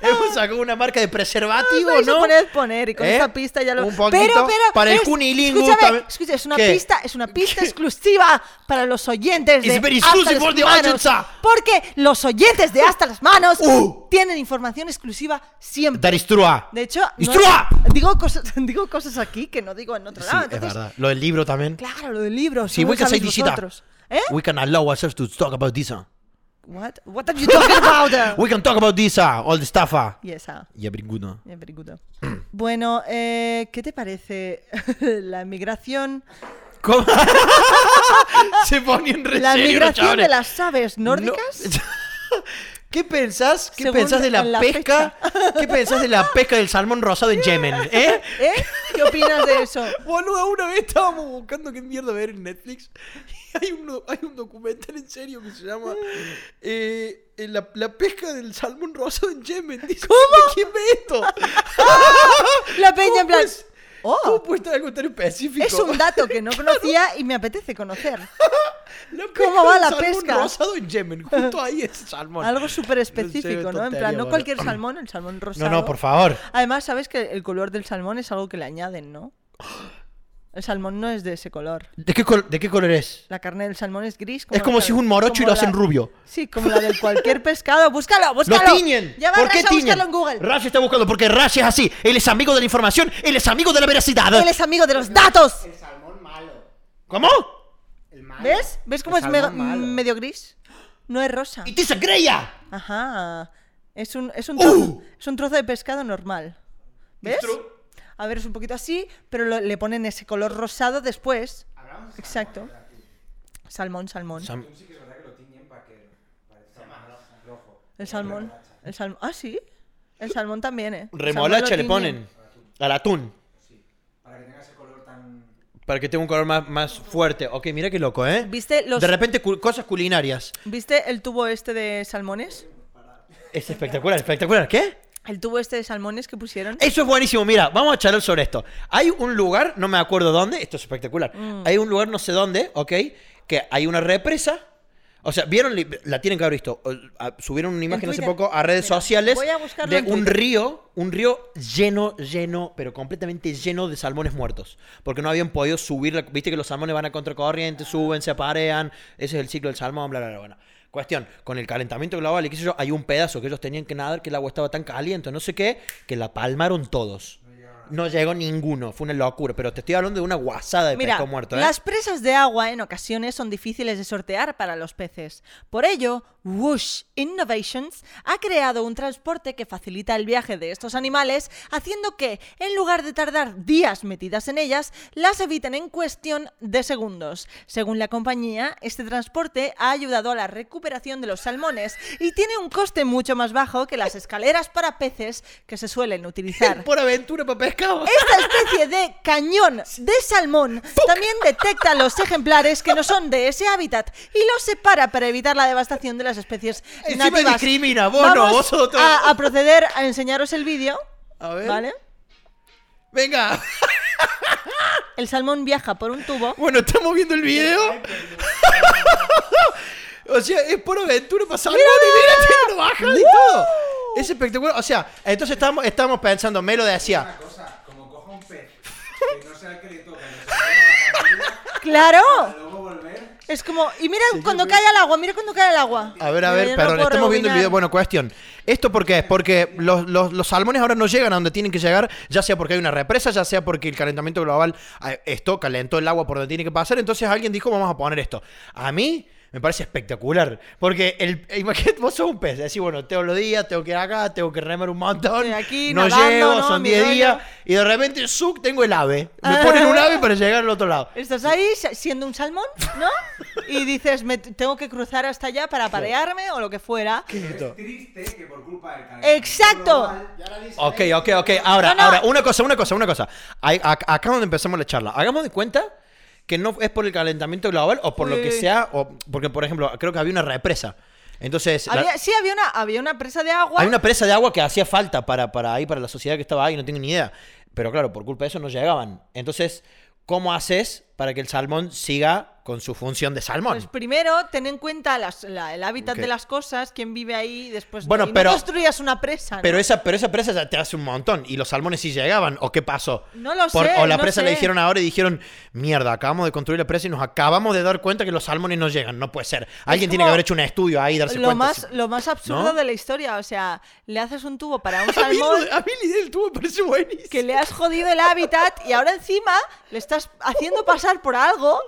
Speaker 2: Hemos sacado una marca de preservativo,
Speaker 1: Os vais a
Speaker 2: ¿no?
Speaker 1: poner, poner y con
Speaker 2: ¿Eh?
Speaker 1: esta pista ya lo
Speaker 2: Un poquito
Speaker 1: pero, pero,
Speaker 2: para el
Speaker 1: es-
Speaker 2: cunilingus
Speaker 1: Escúchame,
Speaker 2: también.
Speaker 1: escucha, es una
Speaker 2: ¿Qué?
Speaker 1: pista, es una pista exclusiva para los oyentes de
Speaker 2: It's very
Speaker 1: Hasta
Speaker 2: exclusive
Speaker 1: las
Speaker 2: for the
Speaker 1: Manos,
Speaker 2: audience.
Speaker 1: Porque los oyentes de Hasta las Manos
Speaker 2: Uh.
Speaker 1: tienen información exclusiva siempre.
Speaker 2: That is true, ah.
Speaker 1: De hecho,
Speaker 2: It's
Speaker 1: no-
Speaker 2: true, ah.
Speaker 1: digo cosas [laughs] digo cosas aquí que no digo en otro
Speaker 2: Sí,
Speaker 1: lado,
Speaker 2: es
Speaker 1: entonces
Speaker 2: verdad. Lo del libro también.
Speaker 1: claro, lo del libro,
Speaker 2: Sí,
Speaker 1: solo
Speaker 2: we can say
Speaker 1: sabéis
Speaker 2: this
Speaker 1: vosotros. ¿Eh?
Speaker 2: We can allow ourselves to talk about this. ah.
Speaker 1: What? What are you [laughs] talking about?
Speaker 2: We can talk about this, ah, all the stuff. ah.
Speaker 1: yes, ah.
Speaker 2: Yeah, very good, ah.
Speaker 1: Yeah, very good.
Speaker 2: [clears throat]
Speaker 1: Bueno, eh, ¿qué te parece [laughs] la migración,
Speaker 2: ¿Cómo? [laughs] Se ponen re
Speaker 1: la
Speaker 2: serios los
Speaker 1: migración de
Speaker 2: chavales.
Speaker 1: las aves
Speaker 2: [laughs]
Speaker 1: nórdicas?
Speaker 2: No. ¿Qué pensás? ¿Qué
Speaker 1: Según
Speaker 2: pensás de la,
Speaker 1: la
Speaker 2: pesca? [laughs] ¿Qué pensás de la pesca del salmón rosado en Yemen? ¿Eh?
Speaker 1: ¿Eh? ¿Qué opinas de
Speaker 2: [laughs]
Speaker 1: eso?
Speaker 2: Boludo, una vez estábamos buscando qué mierda ver en Netflix y hay un, do- hay un documental en serio que se [laughs] llama eh, eh, la, la pesca del salmón rosado en Yemen. Dice, ¿De quién ve [laughs] esto?
Speaker 1: La peña en plan.
Speaker 2: puedes- ¿Cómo
Speaker 1: Oh,
Speaker 2: puede estar algo tan específico?
Speaker 1: es un dato que no
Speaker 2: [laughs]
Speaker 1: conocía y me apetece conocer.
Speaker 2: La pesca
Speaker 1: ¿Cómo va
Speaker 2: del
Speaker 1: la
Speaker 2: salmón
Speaker 1: pesca?
Speaker 2: rosado en Yemen, justo ahí es [laughs] salmón.
Speaker 1: Algo súper
Speaker 2: No sé,
Speaker 1: específico, ¿no? En
Speaker 2: tontería,
Speaker 1: plan, no
Speaker 2: boludo. [clears throat]
Speaker 1: cualquier salmón, el salmón
Speaker 2: No,
Speaker 1: rosado.
Speaker 2: no, por favor.
Speaker 1: Además, sabes que el color del salmón es algo que le añaden,
Speaker 2: [gasps]
Speaker 1: ¿no? El salmón no es de ese color.
Speaker 2: ¿De qué, col- de qué color es?
Speaker 1: La carne del salmón es gris.
Speaker 2: Es como
Speaker 1: la-
Speaker 2: si es un morocho
Speaker 1: como
Speaker 2: y lo hacen
Speaker 1: la-
Speaker 2: rubio.
Speaker 1: Sí, como la de cualquier [laughs] pescado. Búscalo,
Speaker 2: ¡Lo
Speaker 1: búscalo.
Speaker 2: tiñen!
Speaker 1: Ya va
Speaker 2: ¿Por qué
Speaker 1: Racha,
Speaker 2: tiñen?
Speaker 1: búscalo en Google.
Speaker 2: Rashi está buscando porque Rashi es así. Él es amigo de la información, él es amigo de la veracidad.
Speaker 1: Él es amigo de los datos.
Speaker 4: El salmón malo.
Speaker 2: ¿Cómo?
Speaker 4: El malo.
Speaker 1: ¿Ves? ¿Ves cómo
Speaker 3: Es
Speaker 1: es me-
Speaker 3: algo malo.
Speaker 1: medio gris? No es rosa.
Speaker 2: ¡Y te sacreya!
Speaker 1: Ajá. Es un, es, un
Speaker 2: ¡Uh!
Speaker 1: trozo, es un trozo de pescado normal. ¿Ves? A ver, es un poquito así, pero lo- le ponen ese color rosado después.
Speaker 4: Hablamos de
Speaker 1: Exacto. Salmón, salmón.
Speaker 4: salmón. Sí que es verdad que lo tiñen para que parezca más rojo.
Speaker 1: El salmón. El salmón. Ah, sí. El salmón también, ¿eh? El salmón
Speaker 2: Remolacha
Speaker 1: lo
Speaker 2: le
Speaker 1: tiñen.
Speaker 2: ponen al atún
Speaker 4: Para que tenga ese color tan...
Speaker 2: para que tenga un color más, más fuerte. Ok, mira qué loco, ¿eh?
Speaker 1: ¿Viste los-
Speaker 2: De repente cu- cosas culinarias.
Speaker 1: ¿Viste el tubo este de salmones?
Speaker 2: Es espectacular, espectacular. ¿Qué?
Speaker 1: El tubo este de salmones que pusieron.
Speaker 2: Eso es buenísimo. Mira, vamos a charlar sobre esto. Hay un lugar, no me acuerdo dónde, esto es espectacular.
Speaker 1: Mm.
Speaker 2: Hay un lugar, no sé dónde, ¿ok? Que hay una represa. O sea, vieron, li- la tienen que haber visto. O- a- Subieron una imagen hace
Speaker 1: Twitter.
Speaker 2: poco a redes
Speaker 1: Mira,
Speaker 2: sociales
Speaker 1: voy a buscarlo
Speaker 2: de
Speaker 1: en
Speaker 2: un
Speaker 1: Twitter.
Speaker 2: río, un río lleno, lleno, pero completamente lleno de salmones muertos. Porque no habían podido subir, la- viste que los salmones van a contracorriente, suben, se aparean. Ese es el ciclo del salmón, bla, bla, bla. Bueno. Cuestión, con el calentamiento global y qué sé yo, hay un pedazo que ellos tenían que nadar que el agua estaba tan caliente, no sé qué, que la palmaron todos. No llegó ninguno, fue una locura, pero te estoy hablando de una guasada de
Speaker 1: Mira,
Speaker 2: pescado muerto, ¿eh?
Speaker 1: las presas de agua en ocasiones son difíciles de sortear para los peces. Por ello, Whoosh Innovations ha creado un transporte que facilita el viaje de estos animales, haciendo que, en lugar de tardar días metidas en ellas, las eviten en cuestión de segundos. Según la compañía, este transporte ha ayudado a la recuperación de los salmones y tiene un coste mucho más bajo que las escaleras para peces que se suelen utilizar.
Speaker 2: [laughs] Por aventura para pescado.
Speaker 1: Esta especie de cañón de salmón también detecta los ejemplares que no son de ese hábitat y los separa para evitar la devastación de las especies
Speaker 2: Encima
Speaker 1: nativas.
Speaker 2: discrimina, vos no,
Speaker 1: Vamos
Speaker 2: vosotros.
Speaker 1: A, a proceder a enseñaros el vídeo.
Speaker 2: A ver.
Speaker 1: ¿Vale?
Speaker 2: Venga.
Speaker 1: El salmón viaja por un tubo.
Speaker 2: Bueno, estamos viendo el video. [laughs] o sea, es por aventura para salmones. Mira, tiene una bajada y todo. Es espectacular. O sea, entonces estamos, estamos pensando, me lo decía.
Speaker 4: Una cosa, como coja un pez que no sea el que le toca, no sea el que le toca a la familia,
Speaker 1: ¡Claro!
Speaker 4: para luego volver.
Speaker 1: Es como. Y mira cuando cae al agua, mira cuando cae al agua.
Speaker 2: A ver, a
Speaker 1: No,
Speaker 2: ver,
Speaker 1: yo no
Speaker 2: perdón,
Speaker 1: puedo
Speaker 2: estamos viendo el
Speaker 1: rebobinar.
Speaker 2: video. Bueno, cuestión. ¿Esto por qué es? Porque los, los- los salmones ahora no llegan a donde tienen que llegar, ya sea porque hay una represa, ya sea porque el calentamiento global, eh, esto calentó el agua por donde tiene que pasar, entonces alguien dijo, vamos a poner esto. A mí me parece espectacular, porque el, eh, imagínate, vos sos un pez, decís, bueno, tengo los días, tengo que ir acá, tengo que remar un montón,
Speaker 1: Estoy aquí
Speaker 2: no
Speaker 1: nadando,
Speaker 2: llego,
Speaker 1: ¿no?
Speaker 2: son
Speaker 1: Mi
Speaker 2: 10
Speaker 1: rollo.
Speaker 2: días, y de repente, ¡zuc!, tengo el ave. Me ponen un ave para llegar al otro lado.
Speaker 1: Estás ahí se- siendo un salmón, ¿no? Y dices, me t- tengo que cruzar hasta allá para parearme o lo que fuera.
Speaker 4: Es triste que por culpa del calentamiento
Speaker 1: Exacto.
Speaker 4: global, ya la dice,
Speaker 2: Ok, ok, ok. Ahora,
Speaker 1: No, no.
Speaker 2: ahora, una cosa, una cosa, una cosa. Ahí- a- acá donde empezamos la charla. Hagamos de cuenta que no es por el calentamiento global o por lo que
Speaker 1: Sí.
Speaker 2: sea, o porque, por ejemplo, creo que había una represa. Entonces, la-
Speaker 1: Había- sí, había una, había una presa de agua.
Speaker 2: hay una presa de agua que hacía falta para, para ahí, para la sociedad que estaba ahí, no tengo ni idea. Pero claro, por culpa de eso no llegaban. Entonces, ¿cómo haces para que el salmón siga con su función de salmón?
Speaker 1: Pues primero, ten en cuenta las- la- el hábitat
Speaker 2: Ok.
Speaker 1: de las cosas, quién vive ahí, después
Speaker 2: Bueno,
Speaker 1: y no
Speaker 2: pero-
Speaker 1: construyas una presa. Ah, ¿no?
Speaker 2: Pero esa, pero esa presa ya te hace un montón. ¿Y los salmones sí llegaban? ¿O qué pasó?
Speaker 1: No lo sé,
Speaker 2: O la
Speaker 1: no
Speaker 2: presa
Speaker 1: sé.
Speaker 2: le dijeron ahora y dijeron, mierda, acabamos de construir la presa y nos acabamos de dar cuenta que los salmones no llegan. No puede ser. Alguien tiene
Speaker 1: como
Speaker 2: que haber hecho un estudio ahí y darse
Speaker 1: lo
Speaker 2: cuenta.
Speaker 1: más,
Speaker 2: Sí.
Speaker 1: lo más absurdo
Speaker 2: ¿No?
Speaker 1: de la historia, o sea, le haces un tubo para un
Speaker 2: [laughs] A mí
Speaker 1: salmón
Speaker 2: lo- a mí la idea del tubo me parece buenísima.
Speaker 1: que le has jodido el hábitat y ahora encima le estás haciendo pasar por algo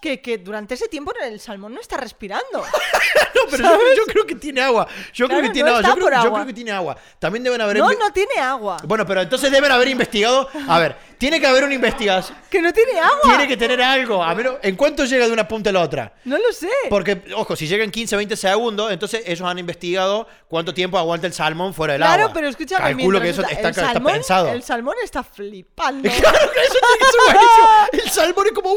Speaker 1: que, que durante ese tiempo el salmón no está
Speaker 2: [laughs]
Speaker 1: respirando.
Speaker 2: No, pero yo, yo creo que tiene agua. Yo
Speaker 1: Claro,
Speaker 2: creo que tiene
Speaker 1: no
Speaker 2: agua.
Speaker 1: está
Speaker 2: Yo creo,
Speaker 1: por
Speaker 2: yo
Speaker 1: agua.
Speaker 2: creo que tiene agua. También deben haber...
Speaker 1: No,
Speaker 2: inve-
Speaker 1: no tiene agua.
Speaker 2: Bueno, pero entonces deben haber investigado... A ver, tiene que haber una investigación.
Speaker 1: Que no tiene agua.
Speaker 2: Tiene que tener algo. A menos, ¿En cuánto llega de una punta a la otra?
Speaker 1: No lo sé.
Speaker 2: Porque, ojo, si llegan 15, 20 segundos, entonces ellos han investigado cuánto tiempo aguanta el salmón fuera del
Speaker 1: claro,
Speaker 2: agua.
Speaker 1: pero escúchame,
Speaker 2: Calculo
Speaker 1: mientras
Speaker 2: que eso
Speaker 1: está-
Speaker 2: está,
Speaker 1: el
Speaker 2: está
Speaker 1: salmón-
Speaker 2: pensado. [laughs]
Speaker 1: El salmón está flipando.
Speaker 2: Claro que eso tiene que ser buenísimo. El salmón es como
Speaker 1: El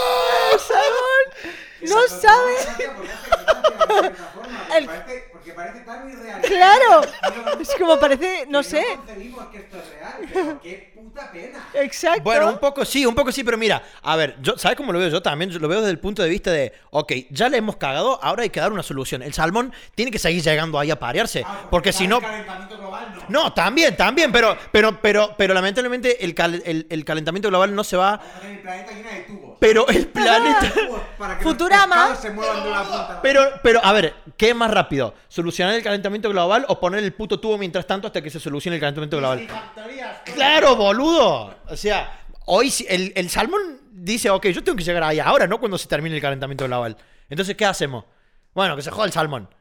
Speaker 2: ¡Wow!
Speaker 1: salmón
Speaker 4: que
Speaker 1: no
Speaker 4: saltó
Speaker 1: sabe.
Speaker 4: por una distancia, porque hace que salta de una forma,
Speaker 1: [laughs]
Speaker 4: porque
Speaker 1: El-
Speaker 4: parece- Porque parece tan irreal. [laughs]
Speaker 1: Claro.
Speaker 4: Digo,
Speaker 1: Es como parece, no
Speaker 4: que
Speaker 1: sé.
Speaker 4: No concebimos que esto es real, pero qué puta pena.
Speaker 1: Exacto.
Speaker 2: Bueno, un poco sí, un poco sí, pero mira, a ver, yo, ¿sabes cómo lo veo yo también? Yo lo veo desde el punto de vista de, ok, ya le hemos cagado, ahora hay que dar una solución. El salmón tiene que seguir llegando ahí a parearse, porque si no...
Speaker 4: El calentamiento global no.
Speaker 2: No, también, también, pero, pero, pero, pero lamentablemente el, cal- el- el calentamiento global no se va,
Speaker 4: Vamos a tener el planeta lleno de
Speaker 1: [laughs]
Speaker 4: tubos.
Speaker 2: pero el planeta...
Speaker 4: Tubos para que
Speaker 1: Futurama.
Speaker 4: los pescados se muevan de una punta. a la
Speaker 2: Pero, pero, a ver, ¿qué es más rápido? ¿Solucionar el calentamiento global o poner el puto tubo mientras tanto hasta que se solucione el calentamiento global?
Speaker 4: Factorías.
Speaker 2: ¡Claro, boludo! O sea, hoy si- el, el salmón dice, ok, yo tengo que llegar ahí ahora, no cuando se termine el calentamiento global. Entonces, ¿qué hacemos? Bueno, que se joda el salmón.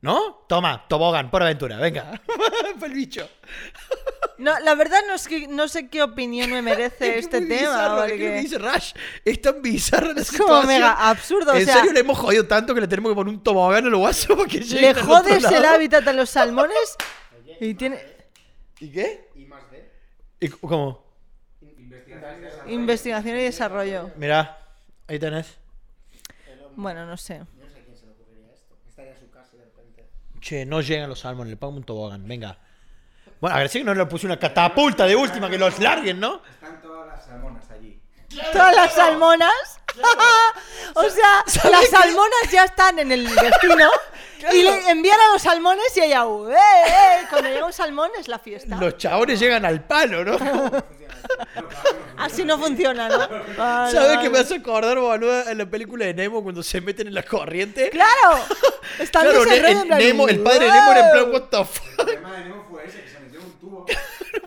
Speaker 2: ¿No? Toma, tobogán, por aventura, venga. [laughs] Pa'l bicho.
Speaker 1: No, la verdad no, es que, no sé qué opinión me merece
Speaker 2: [laughs] Es
Speaker 1: este
Speaker 2: muy
Speaker 1: tema.
Speaker 2: bizarro, es que lo
Speaker 1: porque-
Speaker 2: que dice Rush es tan bizarro la
Speaker 1: Es como
Speaker 2: situación.
Speaker 1: mega absurdo, o
Speaker 2: En
Speaker 1: sea-
Speaker 2: serio le hemos jodido tanto que le tenemos que poner un tobogán al guaso para que llegue
Speaker 1: Le
Speaker 2: al otro
Speaker 1: jodes el
Speaker 2: lado?
Speaker 1: hábitat a los salmones y tiene
Speaker 2: ¿Y qué?
Speaker 4: Y más de
Speaker 2: ¿Y cu- cómo?
Speaker 4: investigaciones de desarrollo.
Speaker 1: investigación y desarrollo.
Speaker 2: Mirá, ahí tenés.
Speaker 1: Bueno, no sé.
Speaker 2: Che, no llegan los salmones, le pago un tobogán, venga. Bueno, agradecido que no le puse una catapulta de última, que los larguen, ¿no?
Speaker 4: Están todas las salmonas allí.
Speaker 1: Todas las salmonas. [laughs] o sea, las salmonas ya están en el destino. Y le envían a los salmones y allá, ¡eh, eh! Cuando llega un salmón es la fiesta.
Speaker 2: Los chabones llegan al
Speaker 1: [laughs]
Speaker 2: palo, ¿no?
Speaker 1: Así no funciona, ¿no? Vale,
Speaker 2: [laughs] ¿Sabes
Speaker 1: vale.
Speaker 2: qué me hace acordar, boludo, en la película de Nemo cuando se meten en la corriente? [laughs]
Speaker 1: ¡Claro! Están
Speaker 2: Claro,
Speaker 1: ese
Speaker 2: Ne-
Speaker 1: rollo
Speaker 2: el,
Speaker 1: en plan,
Speaker 2: Nemo, el padre de Nemo era en plan, what the fuck, [laughs]
Speaker 4: El problema de Nemo fue ese, que se metió en un tubo.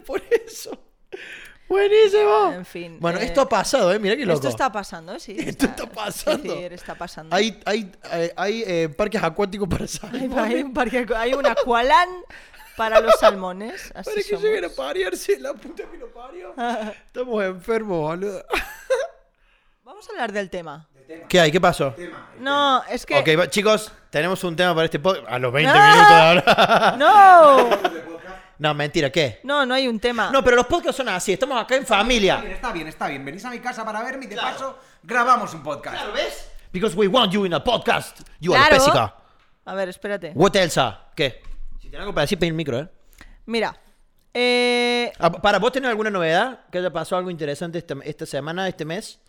Speaker 2: por eso. Buenísimo.
Speaker 1: En fin,
Speaker 2: Bueno,
Speaker 1: eh,
Speaker 2: esto ha pasado, ¿eh? Mira qué loco.
Speaker 1: Esto está pasando, eh, sí.
Speaker 2: [laughs] Esto está pasando.
Speaker 1: Es decir, está pasando.
Speaker 2: Hay, hay, eh, hay, eh, parques acuáticos para salir.
Speaker 1: Hay, [laughs] hay un parque acu- hay un Aqualan para los
Speaker 2: [laughs]
Speaker 1: salmones. Así
Speaker 2: Para que
Speaker 1: somos.
Speaker 2: lleguen a parearse, la puta que lo parió.
Speaker 1: Ah.
Speaker 2: Estamos enfermos, boludo.
Speaker 1: [laughs] Vamos a hablar del tema.
Speaker 2: ¿Qué hay? ¿Qué pasó?
Speaker 1: No, es que.
Speaker 2: Ok, va- chicos, tenemos un tema para este podcast. A los 20
Speaker 1: ¡Ah!
Speaker 2: minutos de hablar. [laughs]
Speaker 1: ¡No!
Speaker 2: no, mentira, ¿qué?
Speaker 1: No, no hay un tema.
Speaker 2: No, pero los podcasts son así. Estamos acá en familia.
Speaker 3: Bien, está bien, está bien. Venís a mi casa para verme y de paso grabamos un podcast.
Speaker 2: Because we want you in a podcast. You are
Speaker 1: Claro.
Speaker 2: the Pesica.
Speaker 1: A ver, espérate.
Speaker 2: What else? ah? ¿Qué? Si tenés algo para decir, pedí el micro, ¿eh?
Speaker 1: Mira. Eh,
Speaker 2: Ah, Para, ¿vos tenés alguna novedad? ¿Que haya pasado algo interesante este- esta semana, este mes?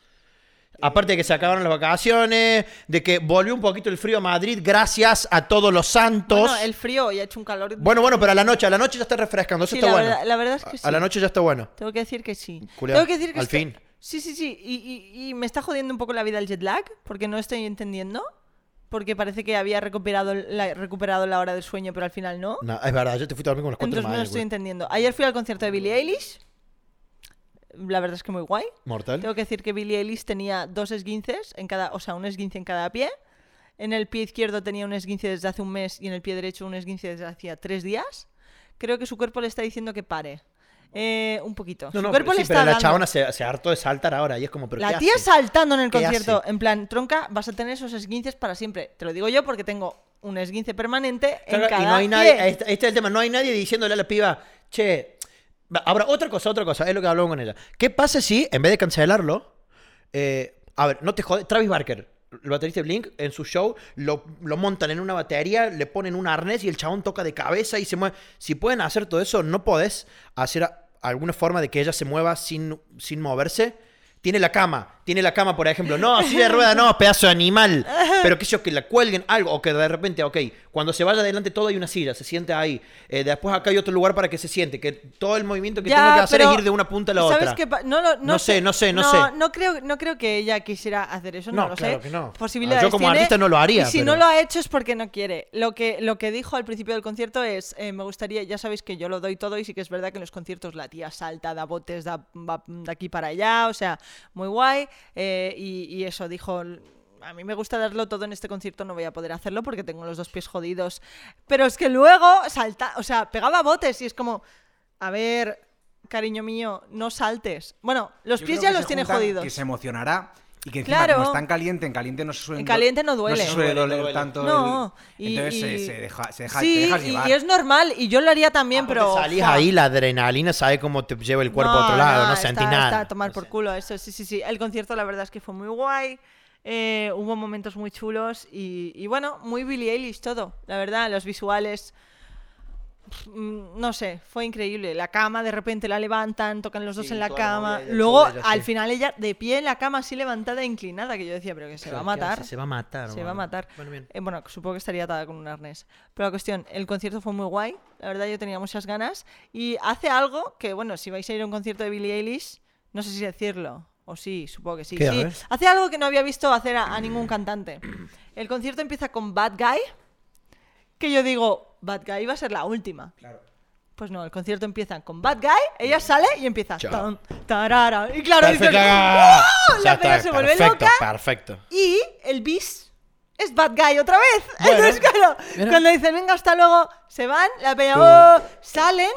Speaker 2: Aparte de que se acabaron las vacaciones, de que volvió un poquito el frío a Madrid gracias a todos los santos.
Speaker 1: bueno, el frío hoy ha hecho un calor.
Speaker 2: Bueno, bueno, pero a la noche, a la noche ya está refrescando, eso
Speaker 1: Sí,
Speaker 2: está
Speaker 1: la
Speaker 2: bueno.
Speaker 1: verdad- la verdad es que
Speaker 2: A- A la
Speaker 1: sí.
Speaker 2: noche ya está bueno.
Speaker 1: Tengo que decir que sí.
Speaker 2: Julián,
Speaker 1: Tengo que decir que
Speaker 2: al
Speaker 1: esto-
Speaker 2: fin.
Speaker 1: Sí, sí, sí. Y, y- y me está jodiendo un poco la vida el jet lag, porque no estoy entendiendo. Porque parece que había recuperado la, recuperado la hora de sueño, pero al final no.
Speaker 2: No, es verdad, yo te fuiste a dormir con las cuatro
Speaker 1: Entonces no lo
Speaker 2: mañanas,
Speaker 1: estoy
Speaker 2: güey.
Speaker 1: entendiendo. Ayer fui al concierto de Billie Eilish. La verdad es que muy guay.
Speaker 2: Mortal.
Speaker 1: Tengo que decir que Billie Eilish tenía dos esguinces en cada, o sea, un esguince en cada pie. En el pie izquierdo tenía un esguince desde hace un mes y en el pie derecho un esguince desde hacía tres días. Creo que su cuerpo le está diciendo que pare. Eh, un poquito.
Speaker 2: No,
Speaker 1: su
Speaker 2: no,
Speaker 1: cuerpo
Speaker 2: pero,
Speaker 1: le
Speaker 2: sí,
Speaker 1: está
Speaker 2: pero la
Speaker 1: dando.
Speaker 2: chabona se, se hartó de saltar ahora y es como, pero
Speaker 1: La
Speaker 2: ¿qué
Speaker 1: tía
Speaker 2: hace?
Speaker 1: saltando en el
Speaker 2: ¿Qué
Speaker 1: concierto,
Speaker 2: hace?
Speaker 1: en plan, tronca, vas a tener esos esguinces para siempre. Te lo digo yo porque tengo un esguince permanente
Speaker 2: Claro,
Speaker 1: en cada
Speaker 2: y no hay
Speaker 1: pie.
Speaker 2: nadie, este, este es el tema, no hay nadie diciéndole a la piba, che, va, ahora otra cosa, otra cosa, es lo que hablamos con ella. ¿Qué pasa si, en vez de cancelarlo, eh, a ver, no te jodes, Travis Barker, el baterista de Blink, en su show, lo, lo montan en una batería, le ponen un arnés y el chabón toca de cabeza y se mueve. Si pueden hacer todo eso, no podés hacer a- alguna forma de que ella se mueva sin, sin moverse. Tiene la cama, tiene la cama, por ejemplo. No, así de rueda, no, pedazo de animal. Pero que yo, que la cuelguen algo, o que de repente, ok, cuando se vaya adelante todo hay una silla, se siente ahí. Eh, después acá hay otro lugar para que se siente, que todo el movimiento que
Speaker 1: Ya,
Speaker 2: tengo que hacer
Speaker 1: pero
Speaker 2: es ir de una punta a la
Speaker 1: ¿sabes
Speaker 2: otra.
Speaker 1: qué pa- no, lo- no
Speaker 2: No sé, no sé, no sé.
Speaker 1: No creo, no creo que ella quisiera hacer eso, no,
Speaker 2: No,
Speaker 1: lo
Speaker 2: claro
Speaker 1: sé.
Speaker 2: que no. Ah,
Speaker 1: Posibilidades
Speaker 2: Yo como
Speaker 1: tiene,
Speaker 2: artista no lo haría,
Speaker 1: Y si
Speaker 2: pero-
Speaker 1: no lo ha hecho es porque no quiere. Lo que, lo que dijo al principio del concierto es, eh, me gustaría, ya sabéis que yo lo doy todo y sí que es verdad que en los conciertos la tía salta, da botes, da, va de aquí para allá, o sea, muy guay. eh, y, y eso dijo... A mí me gusta darlo todo en este concierto, no voy a poder hacerlo porque tengo los dos pies jodidos. Pero es que luego salta, o sea, pegaba botes y es como, a ver, cariño mío, no saltes. Bueno, los
Speaker 3: Yo
Speaker 1: pies
Speaker 3: creo
Speaker 1: ya
Speaker 3: que
Speaker 1: los
Speaker 3: se
Speaker 1: tiene
Speaker 3: juntan,
Speaker 1: jodidos.
Speaker 3: Que se emocionará y que encima
Speaker 1: Claro.
Speaker 3: como están caliente, en caliente no se suele
Speaker 1: En caliente no duele.
Speaker 3: No se suele
Speaker 2: No duele,
Speaker 3: doler
Speaker 2: no duele.
Speaker 3: tanto.
Speaker 1: No,
Speaker 3: el-
Speaker 1: y-
Speaker 3: Entonces se-
Speaker 1: y-
Speaker 3: se deja, se deja,
Speaker 1: sí,
Speaker 3: te dejas
Speaker 1: y-
Speaker 3: llevar.
Speaker 1: y, es normal, y yo lo haría también,
Speaker 2: Aparte
Speaker 1: pero.
Speaker 2: Ah, salís
Speaker 1: ¡fua!
Speaker 2: ahí, la adrenalina sabe cómo te lleva el cuerpo a otro lado, no, sentí
Speaker 1: está-
Speaker 2: nada.
Speaker 1: Está a tomar por culo eso, sí, sí, sí. El concierto la verdad es que fue muy guay. eh, hubo momentos muy chulos y, y bueno, muy Billie Eilish todo. La verdad, los visuales... pf, mm, No sé, fue increíble. La cama, de repente la levantan, tocan los dos
Speaker 2: Sí,
Speaker 1: en la
Speaker 2: toda la
Speaker 1: cama.
Speaker 2: movida y el
Speaker 1: Luego,
Speaker 2: show de ella,
Speaker 1: al
Speaker 2: sí.
Speaker 1: final, ella de pie en la cama, así levantada e inclinada, que yo decía, pero que se va a matar.
Speaker 2: Se va a matar.
Speaker 1: Se va a
Speaker 2: bueno.
Speaker 1: matar. Eh,
Speaker 2: Bueno,
Speaker 1: Bueno,
Speaker 2: bien.
Speaker 1: supongo que estaría atada con un arnés. Pero la cuestión, el concierto fue muy guay. La verdad, yo tenía muchas ganas. Y hace algo que, bueno, si vais a ir a un concierto de Billie Eilish, no sé si decirlo. O sí, supongo que sí.
Speaker 2: ¿Qué? A
Speaker 1: Sí,
Speaker 2: ver.
Speaker 1: Hace algo que no había visto hacer a, a ningún
Speaker 2: [clears throat]
Speaker 1: cantante. El concierto empieza con Bad Guy. Que yo digo, Bad Guy va a ser la última. Pues no, el concierto empieza con Bad Guy, ella sale y empieza.
Speaker 2: Chao.
Speaker 1: tan, tarara, y claro,
Speaker 2: Perfecto.
Speaker 1: dices,
Speaker 2: ah,
Speaker 1: "Wow",
Speaker 2: ya
Speaker 1: La peña
Speaker 2: está,
Speaker 1: se vuelve
Speaker 2: perfecto,
Speaker 1: loca.
Speaker 2: Perfecto.
Speaker 1: Y el bis es bad guy otra vez.
Speaker 2: Bueno,
Speaker 1: Entonces, claro,
Speaker 2: mira.
Speaker 1: cuando dicen venga hasta luego, se van, la peña,
Speaker 2: Tú.
Speaker 1: "Oh", salen.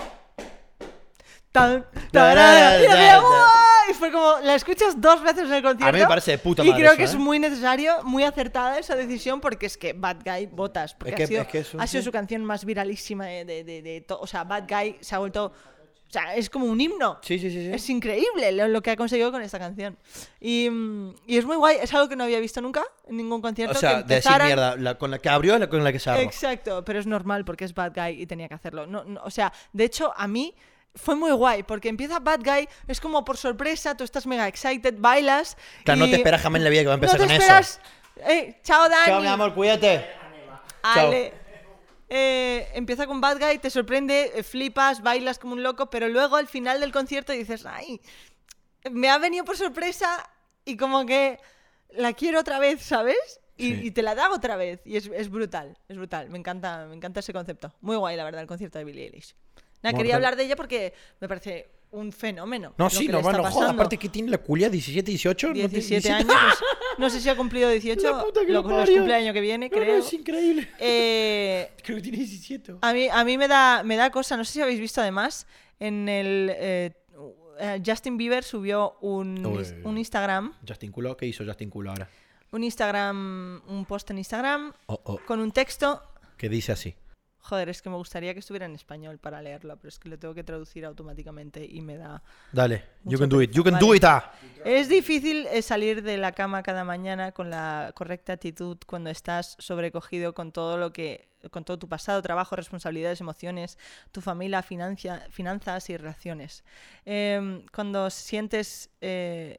Speaker 1: Tan, tarara, y la peña, "Oh", y fue como, la escuchas dos veces en el concierto.
Speaker 2: parece de puta
Speaker 1: Y
Speaker 2: madre
Speaker 1: creo
Speaker 2: eso,
Speaker 1: que
Speaker 2: ¿eh?
Speaker 1: es muy necesario, muy acertada esa decisión, porque es que Bad Guy botas. Porque
Speaker 2: Es que-
Speaker 1: ha sido,
Speaker 2: es que es un-
Speaker 1: ha sido su canción más viralísima de, de, de- de to- O sea, Bad Guy se ha vuelto. O sea, es como un himno.
Speaker 2: Sí, sí, sí. sí.
Speaker 1: Es increíble lo, lo que ha conseguido con esta canción. Y, mm, y es muy guay, es algo que no había visto nunca en ningún
Speaker 2: o
Speaker 1: concierto.
Speaker 2: sea,
Speaker 1: que
Speaker 2: de decir
Speaker 1: empezaran-
Speaker 2: mierda, la, con la que abrió es la con la que se armó.
Speaker 1: Exacto, pero es normal porque es Bad Guy y tenía que hacerlo. No, no, o sea, de hecho, a mí fue muy guay porque empieza Bad Guy, es como por sorpresa, tú estás mega excited, bailas.
Speaker 2: Claro, no
Speaker 1: y-
Speaker 2: te esperas jamás en la vida que va a
Speaker 1: No
Speaker 2: empezar
Speaker 1: te
Speaker 2: con
Speaker 1: esperas.
Speaker 2: eso.
Speaker 1: Eh, chao, Dani.
Speaker 2: Chao, mi amor, cuídate. Chao.
Speaker 1: Ale. Eh, empieza con Bad Guy, te sorprende, eh, flipas, bailas como un loco, pero luego al final del concierto dices, ay, me ha venido por sorpresa y como que la quiero otra vez, ¿sabes? Y,
Speaker 2: Sí.
Speaker 1: y te la da otra vez. Y es, es brutal, es brutal. Me encanta, me encanta ese concepto. Muy guay, la verdad, el concierto de Billie Eilish. Nada,
Speaker 2: Mortal.
Speaker 1: quería hablar de ella porque me parece un fenómeno.
Speaker 2: No,
Speaker 1: lo
Speaker 2: sí,
Speaker 1: que le
Speaker 2: no,
Speaker 1: está
Speaker 2: bueno, joda,
Speaker 1: pasando.
Speaker 2: aparte que tiene la culia 17, 18, no tiene
Speaker 1: 17 años. pues, No sé si ha cumplido 18.
Speaker 2: La puta que
Speaker 1: lo,
Speaker 2: lo
Speaker 1: los
Speaker 2: parió.
Speaker 1: cumple el año que viene,
Speaker 2: No, no,
Speaker 1: creo.
Speaker 2: es increíble.
Speaker 1: Eh,
Speaker 2: Creo que tiene 17.
Speaker 1: a mí, a mí me, da, me da cosa, no sé si habéis visto además, en el... eh, eh, Justin Bieber subió un,
Speaker 2: Uy.
Speaker 1: is- un Instagram,
Speaker 2: Justin Culo, ¿qué hizo Justin Culo ahora?
Speaker 1: un Instagram, un post en Instagram
Speaker 2: Oh, oh,
Speaker 1: con un texto.
Speaker 2: que dice así.
Speaker 1: Joder, es que me gustaría que estuviera en español para leerlo, pero es que lo tengo que traducir automáticamente y me da...
Speaker 2: Dale, you
Speaker 1: Mucho
Speaker 2: can do it, you can
Speaker 1: vale.
Speaker 2: do it, ah.
Speaker 1: Es difícil eh, salir de la cama cada mañana con la correcta actitud cuando estás sobrecogido con todo lo que con todo tu pasado, trabajo, responsabilidades, emociones, tu familia, financia- finanzas y relaciones. Em, cuando sientes eh,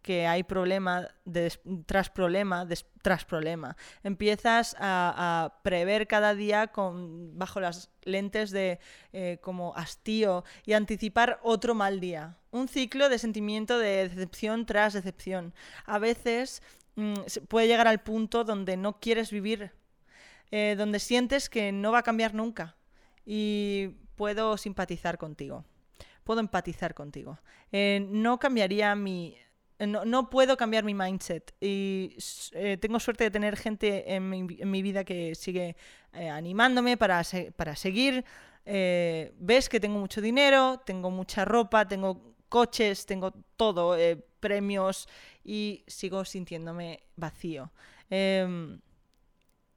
Speaker 1: que hay problema de des- tras problema des- tras problema. Empiezas a, a prever cada día con, bajo las lentes de eh, como hastío y anticipar otro mal día. Un ciclo de sentimiento de decepción tras decepción. A veces mm, se puede llegar al punto donde no quieres vivir, eh, donde sientes que no va a cambiar nunca. Y puedo simpatizar contigo. Puedo empatizar contigo. Eh, no cambiaría mi eh, no, no puedo cambiar mi mindset y s- eh, tengo suerte de tener gente en mi, en mi vida que sigue eh, animándome para, se- para seguir. Eh, ves que tengo mucho dinero, tengo mucha ropa, tengo coches, tengo todo, eh, premios y sigo sintiéndome vacío. Em,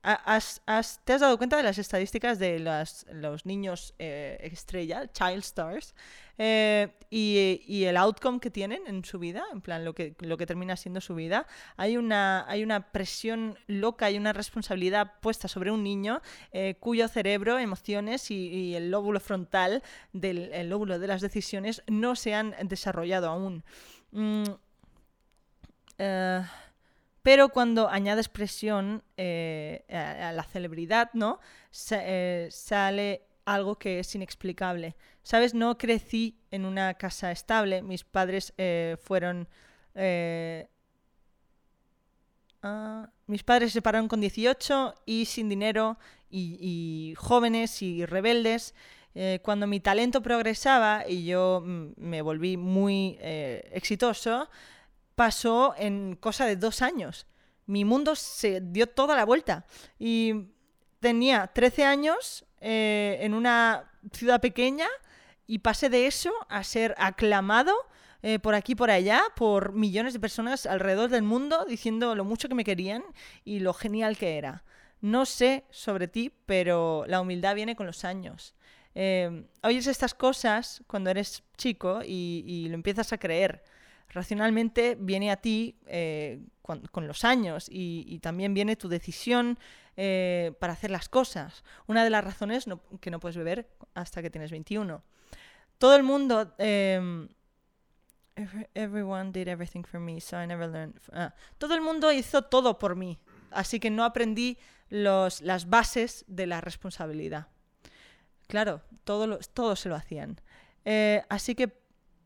Speaker 1: ha- has- has- ¿Te has dado cuenta de las estadísticas de las- los niños eh, estrella, child stars, eh, y, y el outcome que tienen en su vida, en plan lo que, lo que termina siendo su vida? Hay una, hay una presión loca, hay una responsabilidad puesta sobre un niño eh, cuyo cerebro, emociones y, y el lóbulo frontal del el lóbulo de las decisiones no se han desarrollado aún. Mm, eh, pero cuando añades presión eh, a, a la celebridad, ¿no? Sa- eh, sale algo que es inexplicable. ¿Sabes? No crecí en una casa estable. Mis padres eh, fueron... eh, ah, mis padres se separaron con 18 y sin dinero y, y jóvenes y rebeldes. Eh, cuando mi talento progresaba y yo mm, me volví muy eh, exitoso, pasó en cosa de dos años. Mi mundo se dio toda la vuelta. Y tenía 13 años eh, en una ciudad pequeña y pasé de eso a ser aclamado eh, por aquí y por allá por millones de personas alrededor del mundo diciendo lo mucho que me querían y lo genial que era. No sé sobre ti, pero la humildad viene con los años. Eh, oyes estas cosas cuando eres chico y, y lo empiezas a creer racionalmente viene a ti eh, con, con los años y, y también viene tu decisión eh, para hacer las cosas. Una de las razones no- que no puedes beber hasta que tienes 21. Todo el mundo... em, "Every- everyone did everything for me, so I never learned. f- ah". Todo el mundo hizo todo por mí, así que no aprendí los, las bases de la responsabilidad. Claro, todos todos se lo hacían. Eh, así que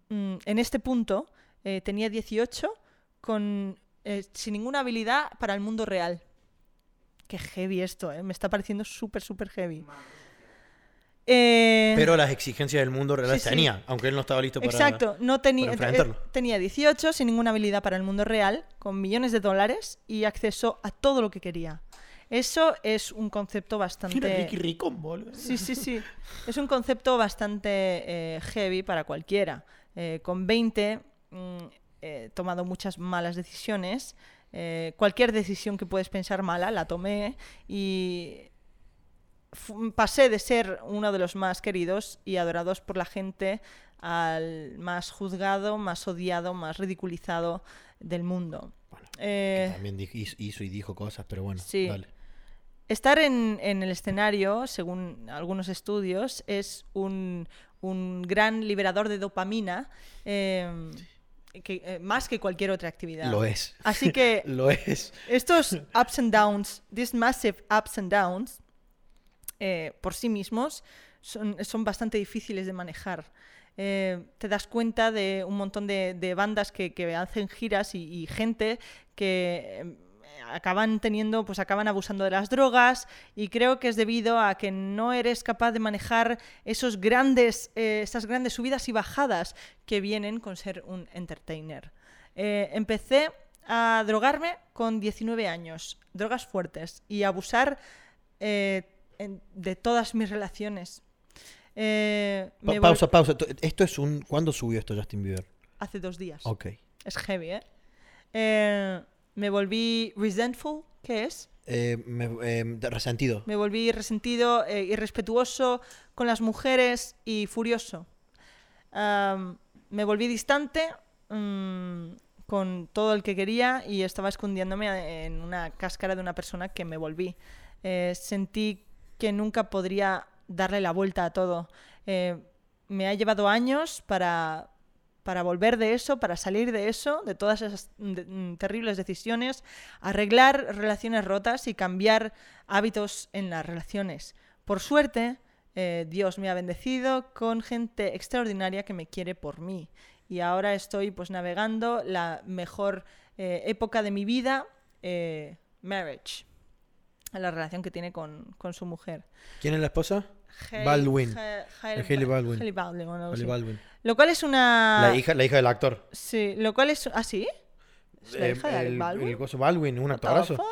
Speaker 1: mm, en este punto eh, tenía 18 con, eh, sin ninguna habilidad para el mundo real. Qué heavy esto, ¿eh? me está pareciendo súper, súper heavy. Eh,
Speaker 2: Pero las exigencias del mundo real
Speaker 1: Sí,
Speaker 2: las
Speaker 1: sí.
Speaker 2: tenía, aunque él no estaba listo para...
Speaker 1: Exacto, no tenía
Speaker 2: para enfrentarlo.
Speaker 1: eh, tenía 18 sin ninguna habilidad para el mundo real, con millones de dólares y acceso a todo lo que quería. Eso es un concepto
Speaker 2: Mira,
Speaker 1: bastante
Speaker 2: Ricky Ricón, boludo.
Speaker 1: Sí, sí, sí. Es un concepto bastante eh, heavy para cualquiera. Eh, con 20 mm, he tomado muchas malas decisiones. Eh, cualquier decisión que puedes pensar mala la tomé y fu- pasé de ser uno de los más queridos y adorados por la gente al más juzgado, más odiado, más ridiculizado del mundo. Eh,
Speaker 2: Que También di- hizo, hizo y dijo cosas, pero bueno,
Speaker 1: Sí.
Speaker 2: dale.
Speaker 1: Estar en, en el escenario, según algunos estudios, es un, un gran liberador de dopamina, eh, que, eh, más que cualquier otra actividad.
Speaker 2: Lo es.
Speaker 1: Así que
Speaker 2: [laughs] Lo es.
Speaker 1: estos ups and downs, these massive ups and downs, eh, por sí mismos son, son bastante difíciles de manejar. Eh, te das cuenta de un montón de, de bandas que, que hacen giras y, y gente que em, acaban teniendo, pues acaban abusando de las drogas y creo que es debido a que no eres capaz de manejar esos grandes, eh, esas grandes subidas y bajadas que vienen con ser un entertainer. Eh, empecé a drogarme con 19 años, drogas fuertes y a abusar eh, en- de todas mis relaciones. Eh,
Speaker 2: Pa-
Speaker 1: me vol-
Speaker 2: pausa, pausa. T- Esto es un. ¿Cuándo subió esto Justin Bieber?
Speaker 1: Hace dos días.
Speaker 2: Ok.
Speaker 1: Es heavy, ¿eh? Eh, Me volví resentful, ¿qué es?
Speaker 2: Eh, me- eh, de- resentido.
Speaker 1: Me volví resentido, eh, irrespetuoso con las mujeres y furioso. Am, me volví distante mm, con todo el que quería y estaba escondiéndome a- en una cáscara de una persona que me volví. Eh, sentí que nunca podría darle la vuelta a todo. Eh, me ha llevado años para, para volver de eso, para salir de eso, de todas esas de- mm, terribles decisiones, arreglar relaciones rotas y cambiar hábitos en las relaciones. Por suerte, eh, Dios me ha bendecido con gente extraordinaria que me quiere por mí. Y ahora estoy pues navegando la mejor eh, época de mi vida, eh, marriage, la relación que tiene con, con su mujer.
Speaker 2: ¿Quién es la esposa?
Speaker 1: Hail-
Speaker 2: Baldwin.
Speaker 1: Ha-
Speaker 2: Eh, Hailey Baldwin.
Speaker 1: Hailey Baldwin, Ah. o algo
Speaker 2: Hailey
Speaker 1: así.
Speaker 2: Baldwin.
Speaker 1: Lo cual es una...
Speaker 2: La hija, la hija del actor.
Speaker 1: Sí, lo cual es... ¿Ah, sí? ¿Es la
Speaker 2: Eh,
Speaker 1: hija de
Speaker 2: el-
Speaker 1: Baldwin?
Speaker 2: El coso Baldwin, un
Speaker 1: the
Speaker 2: actorazo.
Speaker 1: fuck?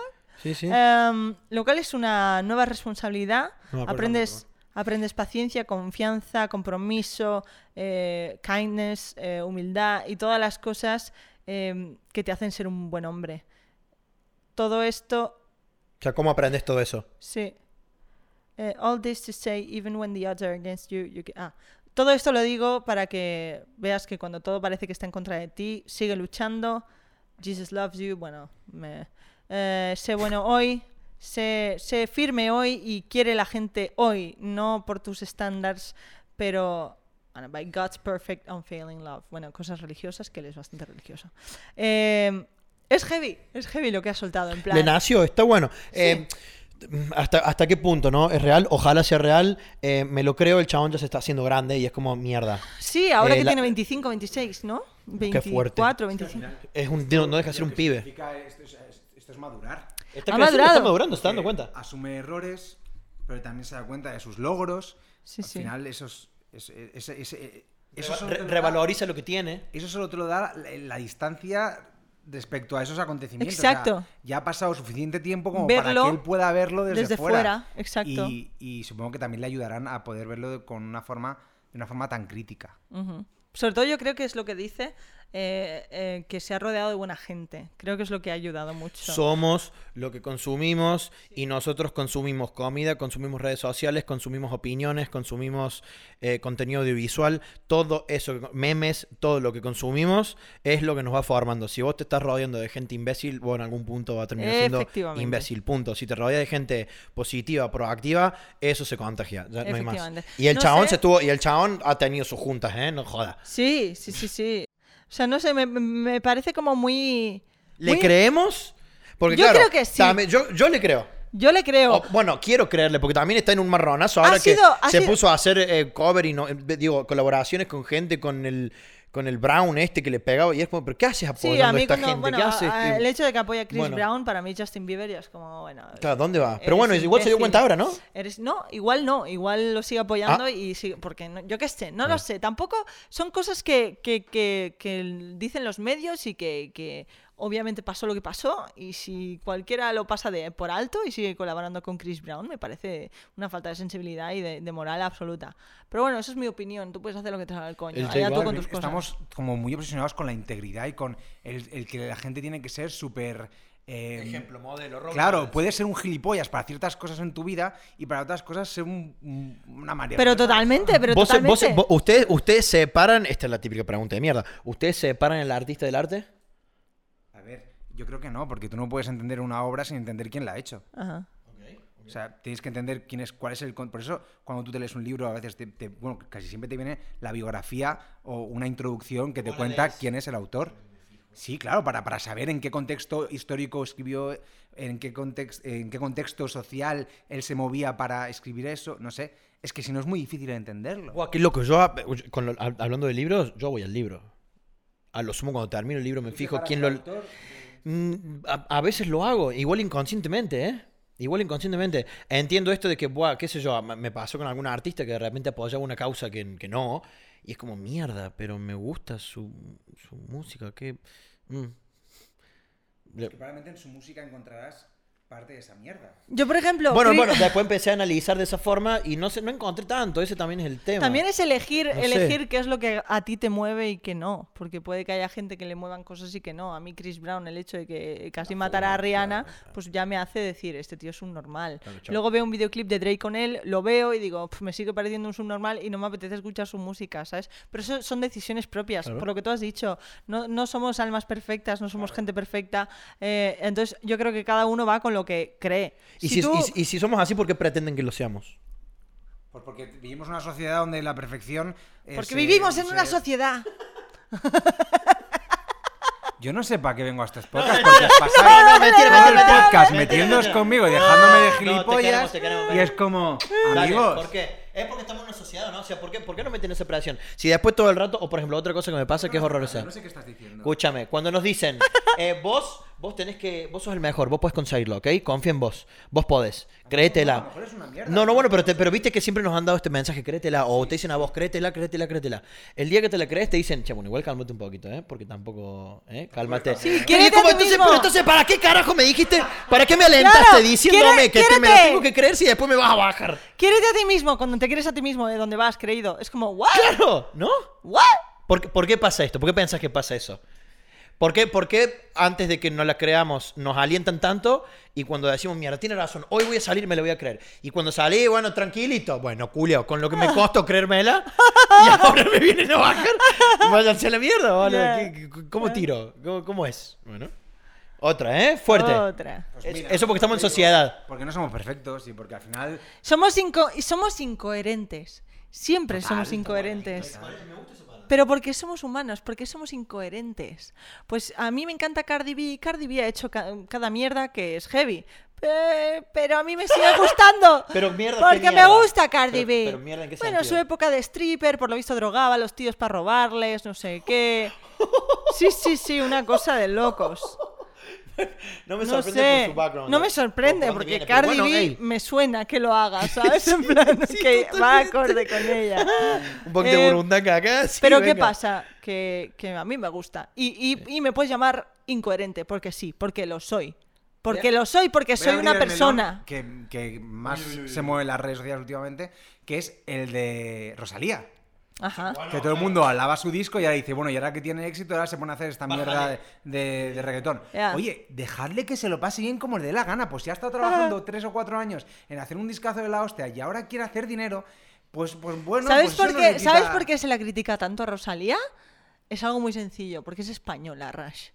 Speaker 2: Sí, sí.
Speaker 1: Em, lo cual es una nueva responsabilidad.
Speaker 2: No me acuerdo
Speaker 1: aprendes,
Speaker 2: tanto,
Speaker 1: aprendes paciencia, confianza, compromiso, eh, kindness, eh, humildad y todas las cosas em, que te hacen ser un buen hombre. Todo esto,
Speaker 2: O sea, ¿cómo aprendes todo eso?
Speaker 1: sí. Eh, all this to say, even when the odds are against you, you ca- ah. Todo esto lo digo para que veas que cuando todo parece que está en contra de ti, sigue luchando. Jesus loves you. Bueno, me- eh, sé bueno hoy, sé, sé firme hoy y quiere la gente hoy, no por tus estándares, pero bueno, by God's perfect unfailing love. Bueno, cosas religiosas, que él es bastante religioso. Eh, es heavy, es heavy lo que has soltado, en plan.
Speaker 2: Le nació, está bueno. Eh, hasta, ¿Hasta qué punto, no? ¿Es real? Ojalá sea real. Eh, me lo creo, el chabón ya se está haciendo grande y es como mierda.
Speaker 1: Sí, ahora
Speaker 2: Eh,
Speaker 1: que
Speaker 2: la-
Speaker 1: tiene 25, 26, ¿no?
Speaker 2: Qué fuerte.
Speaker 1: 24, 25.
Speaker 2: Es un, no, no deja de ser un pibe.
Speaker 4: Significa Esto es, esto es madurar.
Speaker 2: Está
Speaker 1: Ha
Speaker 2: creciendo,
Speaker 1: madurado. Ah,
Speaker 2: Está madurando, se está dando
Speaker 4: Eh,
Speaker 2: cuenta.
Speaker 4: Asume errores, pero también se da cuenta de sus logros.
Speaker 1: Sí,
Speaker 4: Al
Speaker 1: sí.
Speaker 4: final, esos. ese- ese- ese- eso
Speaker 2: Reva-
Speaker 4: solo
Speaker 2: re-
Speaker 4: te lo da-
Speaker 2: revaloriza lo que tiene.
Speaker 4: Eso solo te lo da la, la distancia respecto a esos acontecimientos.
Speaker 1: Exacto.
Speaker 4: O sea, ya ha pasado suficiente tiempo como
Speaker 1: Verlo
Speaker 4: para que él pueda verlo desde,
Speaker 1: desde fuera, exacto.
Speaker 4: Y, y supongo que también le ayudarán a poder verlo de- con una forma, de una forma tan crítica.
Speaker 1: Ujú. Sobre todo yo creo que es lo que dice eh, eh, que se ha rodeado de buena gente. Creo que es lo que ha ayudado mucho.
Speaker 2: Somos lo que consumimos y nosotros consumimos comida, consumimos redes sociales, consumimos opiniones, consumimos eh, contenido audiovisual, todo eso, memes, todo lo que consumimos es lo que nos va formando. Si vos te estás rodeando de gente imbécil, vos en algún punto va a terminar siendo
Speaker 1: Efectivamente.
Speaker 2: imbécil, punto. Si te rodeas de gente positiva, proactiva, eso se contagia, ya no hay más.
Speaker 1: Efectivamente.
Speaker 2: Y el
Speaker 1: No
Speaker 2: chabón
Speaker 1: sé-
Speaker 2: se estuvo, y el chabón ha tenido sus juntas, ¿eh? No joda.
Speaker 1: Sí, sí, sí, sí. O sea, no sé, me, me parece como muy...
Speaker 2: ¿Le
Speaker 1: muy-
Speaker 2: creemos? Porque
Speaker 1: Yo
Speaker 2: claro,
Speaker 1: creo que sí.
Speaker 2: también- yo, yo le creo.
Speaker 1: Yo le creo.
Speaker 2: O- bueno, quiero creerle, porque también está en un marronazo
Speaker 1: Ha
Speaker 2: ahora que
Speaker 1: sido- ha
Speaker 2: se
Speaker 1: sido-
Speaker 2: puso a hacer eh, cover y no, eh, digo, colaboraciones con gente con el con el Brown este que le pegaba y es como, pero ¿qué haces apoyando
Speaker 1: sí, a
Speaker 2: a,
Speaker 1: mí
Speaker 2: esta
Speaker 1: cuando-
Speaker 2: gente?
Speaker 1: bueno,
Speaker 2: ¿Qué haces?
Speaker 1: a-
Speaker 2: tío?
Speaker 1: el hecho de que apoya a Chris
Speaker 2: Bueno.
Speaker 1: Brown, para mí Justin Bieber ya es como, bueno...
Speaker 2: Claro, ¿dónde va?
Speaker 1: eres
Speaker 2: Pero bueno, igual se dio
Speaker 1: imbécil.
Speaker 2: cuenta ahora, ¿no?
Speaker 1: Eres, no, igual no, igual lo sigue apoyando
Speaker 2: Ah.
Speaker 1: y sigue, porque no- yo qué sé, no lo sé, tampoco son cosas que, que, que- que el- dicen los medios y que, que obviamente pasó lo que pasó y si cualquiera lo pasa de por alto y sigue colaborando con Chris Brown me parece una falta de sensibilidad y de, de moral absoluta. Pero bueno, esa es mi opinión, tú puedes hacer lo que te salga el
Speaker 2: El
Speaker 1: coño,
Speaker 2: J
Speaker 1: allá tú
Speaker 2: Balvin,
Speaker 1: con tus cosas.
Speaker 4: Estamos como muy obsesionados con la integridad y con el, el que la gente tiene que ser súper... eh,
Speaker 2: modelo,
Speaker 4: Claro, puedes ser un gilipollas para ciertas cosas en tu vida y para otras cosas ser un- un- una María.
Speaker 1: Pero totalmente, pero
Speaker 2: ¿Vos,
Speaker 1: totalmente.
Speaker 2: vos- vos- ustedes, ¿Ustedes separan, esta es la típica pregunta de mierda, ¿ustedes separan el artista del arte?
Speaker 4: A ver, yo creo que no, porque tú no puedes entender una obra sin entender quién la ha hecho.
Speaker 1: Ajá.
Speaker 4: O sea, tienes que entender quién es, cuál es el... con- Por eso, cuando tú te lees un libro, a veces, te, te- bueno, casi siempre te viene la biografía o una introducción que te cuenta quién es el autor. Sí, claro, para, para saber en qué contexto histórico escribió, en qué, context- en qué contexto social él se movía para escribir eso, no sé. Es que si no es muy difícil entenderlo.
Speaker 2: Guau, qué loco, yo ah, con lo- hab- hablando de libros, yo voy al libro. A lo sumo cuando termino el libro me fijo quién lo... Mm, A, a veces lo hago, igual inconscientemente, ¿eh? Igual inconscientemente. Entiendo esto de que, buah, qué sé yo, me- me pasó con algún artista que de repente apoyaba una causa que, que no, y es como mierda, pero me gusta su, su música, que... mm. Le-
Speaker 4: Que probablemente en su música encontrarás parte de esa mierda.
Speaker 1: Yo, por ejemplo.
Speaker 2: Bueno,
Speaker 1: Chris-
Speaker 2: bueno, después empecé a analizar de esa forma y no sé, no encontré tanto, ese también es el tema.
Speaker 1: También es elegir,
Speaker 2: No sé.
Speaker 1: elegir qué es lo que a ti te mueve y qué no. Porque puede que haya gente que le muevan cosas y que no. A mí, Chris Brown, el hecho de que casi matara a Rihanna, pues ya me hace decir, este tío es un normal.
Speaker 2: chao.
Speaker 1: Luego veo un videoclip de Drake con él, lo veo y digo, "Pf, me sigue pareciendo un subnormal y no me apetece escuchar su música, ¿sabes? Pero eso son decisiones propias, por lo que tú has dicho. No, no somos almas perfectas, no somos gente perfecta. Eh, entonces, yo creo que cada uno va con lo que cree.
Speaker 2: Y
Speaker 1: Si
Speaker 2: si,
Speaker 1: tú-
Speaker 2: y- y si somos así, ¿por qué pretenden que lo seamos?
Speaker 4: Pues porque vivimos en una sociedad donde la perfección. es,
Speaker 1: Porque
Speaker 4: eh,
Speaker 1: vivimos en
Speaker 4: no
Speaker 1: una
Speaker 4: sé,
Speaker 1: sociedad.
Speaker 4: Yo no sé para qué vengo a estos podcasts porque os pasáis
Speaker 2: no, mentira,
Speaker 4: todo el
Speaker 2: mentira, mentira,
Speaker 4: podcast
Speaker 2: mentira,
Speaker 4: metiéndoos
Speaker 2: mentira.
Speaker 4: conmigo y dejándome de
Speaker 2: No, te queremos,
Speaker 4: gilipollas.
Speaker 2: te queremos,
Speaker 4: y
Speaker 2: ven.
Speaker 4: es como,
Speaker 2: Dale,
Speaker 4: amigos.
Speaker 2: ¿Por qué? Es porque estamos en una sociedad, ¿no? O sea, ¿por qué, ¿por qué no meten esa presión? Si después todo el rato, o por ejemplo, otra cosa que me pasa que es horrorosa.
Speaker 4: No sé qué estás diciendo.
Speaker 2: Escúchame, cuando nos
Speaker 4: [laughs]
Speaker 2: dicen, eh, vos, vos tenés que, vos sos el mejor, vos podés conseguirlo, ¿ok? Confía en vos, vos podés, créetela.
Speaker 4: a lo mejor es una mierda.
Speaker 2: no, no, bueno, pero, te- pero viste que siempre nos han dado este mensaje, créetela, o te dicen a vos, créetela, créetela, créetela. El día que te la crees te dicen, che, bueno, igual cálmate un poquito, ¿eh? Porque tampoco, ¿eh? Cálmate.
Speaker 1: Sí,
Speaker 2: Y es
Speaker 1: quiérete
Speaker 2: como,
Speaker 1: a ti
Speaker 2: entonces,
Speaker 1: mismo.
Speaker 2: pero entonces, ¿para qué carajo me dijiste? ¿Para qué me alentaste
Speaker 1: Claro,
Speaker 2: diciéndome
Speaker 1: quiere-
Speaker 2: que te me lo
Speaker 1: quiérete.
Speaker 2: tengo que creer si después me vas a bajar?
Speaker 1: Quiérete a ti mismo cuando te quieres a ti mismo de donde vas, creído. Es como, ¿what?
Speaker 2: Claro, ¿no?
Speaker 1: ¿What?
Speaker 2: ¿Por, qué- por qué pasa esto? ¿Por qué pensás que pasa eso? ¿Por qué, por qué antes de que nos la creamos nos alientan tanto y cuando decimos, mierda, tiene razón, hoy voy a salir me la voy a creer? Y cuando salí, bueno, tranquilito, bueno, culio, con lo que
Speaker 1: Ah.
Speaker 2: me costó
Speaker 1: [laughs]
Speaker 2: creérmela y ahora me vienen a bajar, váyanse a la mierda, ¿vale?
Speaker 1: Ya.
Speaker 2: ¿Qué- qué-
Speaker 1: Ah.
Speaker 2: ¿Cómo tiro? ¿Cómo, cómo es? Bueno, otra, ¿eh? Fuerte.
Speaker 1: Otra.
Speaker 2: Es- eso porque estamos en sociedad.
Speaker 4: Porque no somos perfectos y porque al final.
Speaker 1: Somos, inco- somos incoherentes. Siempre somos incoherentes. Pero porque somos humanos, porque somos incoherentes. Pues a mí me encanta Cardi B. Cardi B ha hecho ca- cada mierda que es heavy. Eh, pero a mí me
Speaker 2: [laughs]
Speaker 1: sigue gustando.
Speaker 2: Pero mierda, ¿qué
Speaker 1: Porque
Speaker 2: mierda?
Speaker 1: me gusta Cardi
Speaker 2: Pero-
Speaker 1: B.
Speaker 2: pero mierda, ¿en qué
Speaker 1: bueno, su
Speaker 2: sentido?
Speaker 1: época de stripper, por lo visto drogaba a los tíos para robarles, no sé qué. Sí, sí, sí, una cosa de locos.
Speaker 2: No me
Speaker 1: No
Speaker 2: sorprende
Speaker 1: sé,
Speaker 2: por su background.
Speaker 1: no me
Speaker 2: por-
Speaker 1: sorprende
Speaker 2: por dónde
Speaker 1: porque
Speaker 2: viene, pero
Speaker 1: Cardi
Speaker 2: bueno,
Speaker 1: B
Speaker 2: ey,
Speaker 1: me suena que lo
Speaker 2: [laughs]
Speaker 1: haga, ¿sabes? en plan, que va acorde con ella.
Speaker 2: Un poquito de
Speaker 1: Eh,
Speaker 2: burundanga acá. sí,
Speaker 1: Pero ¿qué
Speaker 2: venga.
Speaker 1: pasa? Que, que a mí me gusta. Y, y- y me puedes llamar incoherente, porque sí, porque lo soy. Porque lo soy, porque
Speaker 4: Voy a
Speaker 1: soy
Speaker 4: abrir
Speaker 1: una
Speaker 4: el melón
Speaker 1: persona.
Speaker 4: Que, que más se mueve en las redes sociales últimamente, que es el de Rosalía.
Speaker 1: Ajá.
Speaker 4: que todo el mundo alaba su disco y ahora dice, bueno, y ahora que tiene éxito, ahora se pone a hacer esta mierda de, de- de reggaetón.
Speaker 1: Ya.
Speaker 4: Oye, dejadle que se lo pase bien como le dé la gana, pues si ha estado trabajando
Speaker 1: [laughs]
Speaker 4: tres o cuatro años en hacer un discazo de la hostia y ahora quiere hacer dinero, pues, pues bueno,
Speaker 1: ¿Sabes,
Speaker 4: pues eso
Speaker 1: por
Speaker 4: no
Speaker 1: qué,
Speaker 4: le quita-
Speaker 1: ¿Sabes por qué se la critica tanto a Rosalía? Es algo muy sencillo, porque es española, Rash.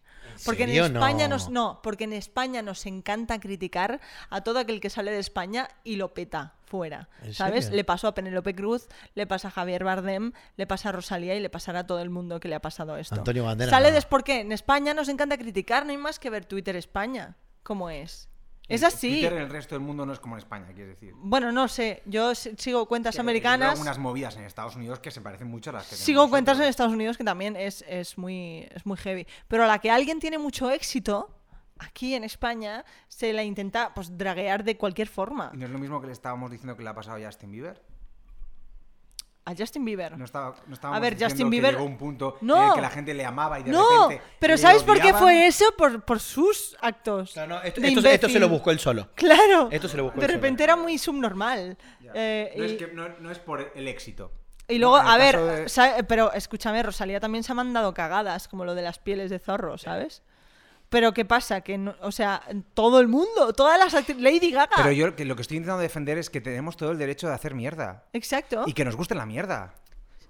Speaker 1: Porque en,
Speaker 2: serio?
Speaker 1: España nos
Speaker 2: No.
Speaker 1: no, porque en España nos encanta criticar a todo aquel que sale de España y lo peta fuera.
Speaker 2: ¿En
Speaker 1: ¿Sabes?
Speaker 2: serio?
Speaker 1: Le pasó a Penélope Cruz, le pasa a Javier Bardem, le pasa a Rosalía y le pasará a todo el mundo que le ha pasado esto.
Speaker 2: Antonio Banderas,
Speaker 1: Sale
Speaker 2: nada.
Speaker 1: des porque en España nos encanta criticar, no hay más que ver Twitter España, como es. Es así.
Speaker 4: Twitter en el resto del mundo no es como en España, quieres decir.
Speaker 1: Bueno, no sé, yo s- sigo cuentas
Speaker 4: Hay
Speaker 1: americanas.
Speaker 4: algunas movidas en Estados Unidos que se parecen mucho a las que tenemos
Speaker 1: Sigo cuentas
Speaker 4: nosotros.
Speaker 1: en Estados Unidos que también es, es muy, es muy heavy. Pero a la que alguien tiene mucho éxito, aquí en España, se la intenta pues draguear de cualquier forma.
Speaker 4: ¿Y no es lo mismo que le estábamos diciendo que le ha pasado a Justin Bieber?
Speaker 1: A Justin Bieber.
Speaker 4: No, estaba, no estábamos
Speaker 1: A ver,
Speaker 4: diciendo
Speaker 1: Justin
Speaker 4: que
Speaker 1: Bieber-
Speaker 4: llegó un punto en
Speaker 1: No.
Speaker 4: el que la gente le amaba y de
Speaker 1: no,
Speaker 4: repente
Speaker 1: pero
Speaker 4: le
Speaker 1: ¿sabes por qué
Speaker 4: odiaban.
Speaker 1: fue eso? Por, por sus actos.
Speaker 2: Claro, no, esto,
Speaker 1: de
Speaker 2: esto- esto se
Speaker 1: imbécil.
Speaker 2: lo buscó él solo.
Speaker 1: Claro.
Speaker 2: Esto se lo buscó
Speaker 1: de
Speaker 2: él solo.
Speaker 1: repente era muy subnormal.
Speaker 4: Ya.
Speaker 1: Eh,
Speaker 4: no,
Speaker 1: y-
Speaker 4: es que no, no es por el éxito.
Speaker 1: Y luego,
Speaker 4: No, en el
Speaker 1: a ver,
Speaker 4: caso de-
Speaker 1: sa- pero escúchame, Rosalía también se ha mandado cagadas, como lo de las pieles de zorro, ¿sabes? Pero ¿qué pasa? Que, no- o sea, todo el mundo, todas las actrices, Lady Gaga.
Speaker 4: Pero yo que lo que estoy intentando defender es que tenemos todo el derecho de hacer mierda.
Speaker 1: Exacto.
Speaker 4: Y que nos guste la mierda.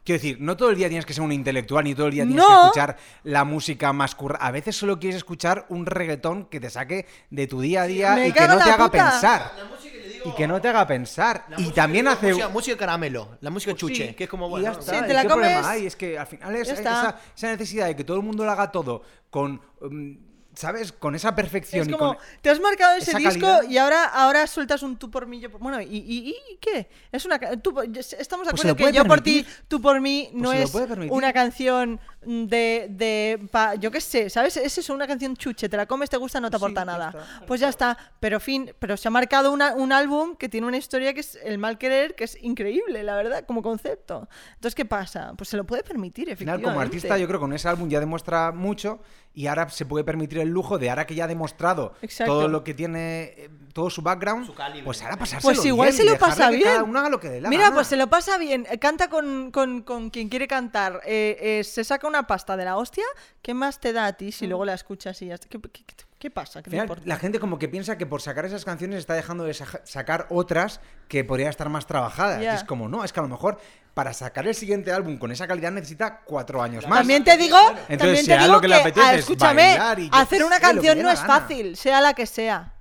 Speaker 4: Quiero decir, no todo el día tienes que ser un intelectual, ni todo el día tienes
Speaker 1: No.
Speaker 4: que escuchar la música más curra. A veces solo quieres escuchar un reggaetón que te saque de tu día a día
Speaker 1: Me
Speaker 4: y que
Speaker 1: cago
Speaker 4: no
Speaker 1: en
Speaker 4: te
Speaker 1: la
Speaker 4: haga
Speaker 1: puta.
Speaker 4: pensar.
Speaker 2: música le
Speaker 4: Y que no te haga pensar. Y también hace.
Speaker 2: música, música caramelo, la música chuche,
Speaker 4: Sí,
Speaker 2: que es como
Speaker 4: y
Speaker 2: bueno.
Speaker 4: ya está,
Speaker 1: Sí, te
Speaker 4: ¿y
Speaker 1: la
Speaker 4: qué
Speaker 1: comes,
Speaker 4: problema hay? Es que al final es,
Speaker 1: ya
Speaker 4: es
Speaker 1: está.
Speaker 4: esa, esa necesidad de que todo el mundo lo haga todo con. um, ¿sabes? Con esa perfección
Speaker 1: Es
Speaker 4: y
Speaker 1: como,
Speaker 4: con...
Speaker 1: te has marcado ese
Speaker 4: esa
Speaker 1: disco
Speaker 4: calidad.
Speaker 1: y ahora, ahora sueltas un tú por mí, yo por... Bueno, ¿y, y, y qué? Es una... ca- tú por- yo- estamos de
Speaker 4: Pues se lo
Speaker 1: acuerdo que
Speaker 4: puede
Speaker 1: yo por ti,
Speaker 4: permitir. Pues
Speaker 1: tú por mí, no
Speaker 4: se lo
Speaker 1: es
Speaker 4: puede permitir.
Speaker 1: una canción de... de pa- yo qué sé, ¿sabes? Es eso, una canción chuche, te la comes, te gusta, no te aporta nada. Pues ya está, pero fin, pero se ha marcado una- un álbum que tiene una historia que es El mal querer, que es increíble, la verdad, como concepto. Entonces, ¿qué pasa? Pues se lo puede permitir,
Speaker 4: Al final,
Speaker 1: efectivamente.
Speaker 4: como artista, yo creo que con ese álbum ya demuestra mucho y ahora se puede permitir el lujo de ahora que ya ha demostrado
Speaker 1: Exacto.
Speaker 4: todo lo que tiene, eh, todo su background,
Speaker 2: Su calibre,
Speaker 4: pues ahora
Speaker 2: ¿no?
Speaker 4: pasárselo
Speaker 1: Pues igual
Speaker 4: bien,
Speaker 1: se lo
Speaker 4: dejarle
Speaker 1: pasa
Speaker 4: que
Speaker 1: bien.
Speaker 4: Cada uno haga lo que le dé la
Speaker 1: Mira,
Speaker 4: gana.
Speaker 1: pues se lo pasa bien. eh, Canta con, con- con quien quiere cantar. eh, eh, se saca una pasta de la hostia. ¿Qué más te da a ti si luego la escuchas y ya está? ¿Qué, qué- qué- qué pasa? ¿Qué
Speaker 4: Al
Speaker 1: te
Speaker 4: final,
Speaker 1: importa?
Speaker 4: la gente como que piensa que por sacar esas canciones está dejando de saja- sacar otras que podrían estar más trabajadas.
Speaker 1: Ya.
Speaker 4: Y es como, no, es que a lo mejor para sacar el siguiente álbum con esa calidad necesita cuatro años más.
Speaker 1: También te digo,
Speaker 4: Entonces,
Speaker 1: también te
Speaker 4: sea
Speaker 1: digo
Speaker 4: lo que
Speaker 1: que,
Speaker 4: le apetece,
Speaker 1: ah,
Speaker 4: es
Speaker 1: escúchame,
Speaker 4: bailar y yo
Speaker 1: hacer
Speaker 4: qué
Speaker 1: una
Speaker 4: sé, lo que
Speaker 1: canción
Speaker 4: le
Speaker 1: no
Speaker 4: da
Speaker 1: es
Speaker 4: gana.
Speaker 1: fácil, sea la que sea.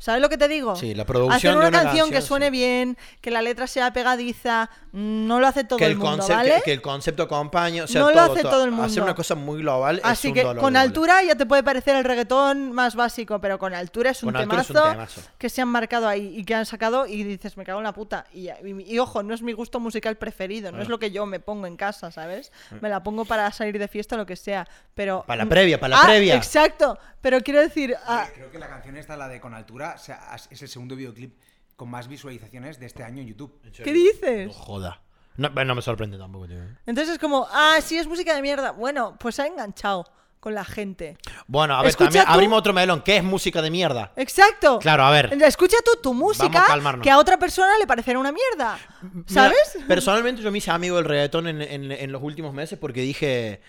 Speaker 1: ¿Sabes lo que te digo?
Speaker 2: Sí, la producción
Speaker 1: Hacer
Speaker 2: de
Speaker 1: una,
Speaker 2: una
Speaker 1: canción que
Speaker 2: canción,
Speaker 1: suene
Speaker 2: sí.
Speaker 1: bien, que la letra sea pegadiza, mm, no lo hace todo
Speaker 2: que
Speaker 1: el,
Speaker 2: el,
Speaker 1: mundo,
Speaker 2: concepto,
Speaker 1: ¿vale?
Speaker 2: que, que el concepto acompañe, o sea,
Speaker 1: No lo
Speaker 2: todo,
Speaker 1: hace todo el
Speaker 2: Hacer
Speaker 1: mundo.
Speaker 2: una cosa muy global es
Speaker 1: Así
Speaker 2: un
Speaker 1: que
Speaker 2: dolor
Speaker 1: con
Speaker 2: de bola.
Speaker 1: altura ya te puede parecer el reggaetón más básico, pero con altura es un,
Speaker 2: Con altura es
Speaker 1: temazo,
Speaker 2: un temazo.
Speaker 1: que se han marcado ahí y que han sacado y dices, me cago en la puta. Y, y- y ojo, no es mi gusto musical preferido,
Speaker 2: Ah.
Speaker 1: no es lo que yo me pongo en casa, ¿sabes? Me la pongo para salir de fiesta o lo que sea, pero...
Speaker 2: Para Ah. la previa, para la
Speaker 1: Ah,
Speaker 2: previa.
Speaker 1: Exacto, pero quiero decir... ah,
Speaker 4: Creo que la canción esta, la de Con Altura, o sea, es el segundo videoclip con más visualizaciones de este año en YouTube.
Speaker 1: ¿Qué dices?
Speaker 2: No joda. No, pero no me sorprende tampoco, tío.
Speaker 1: Entonces es como, ah, sí, es música de mierda. Bueno, pues ha enganchado con la gente.
Speaker 2: Bueno, a ver,
Speaker 1: Escucha
Speaker 2: también
Speaker 1: tú.
Speaker 2: abrimos otro melón. ¿Qué es música de mierda?
Speaker 1: Exacto.
Speaker 2: Claro, a ver.
Speaker 1: Escucha tú tu música
Speaker 2: calmarnos.
Speaker 1: que a otra persona le parecerá una mierda. ¿Sabes?
Speaker 2: Mira, personalmente yo me hice amigo del reggaetón en, en- en los últimos meses porque dije,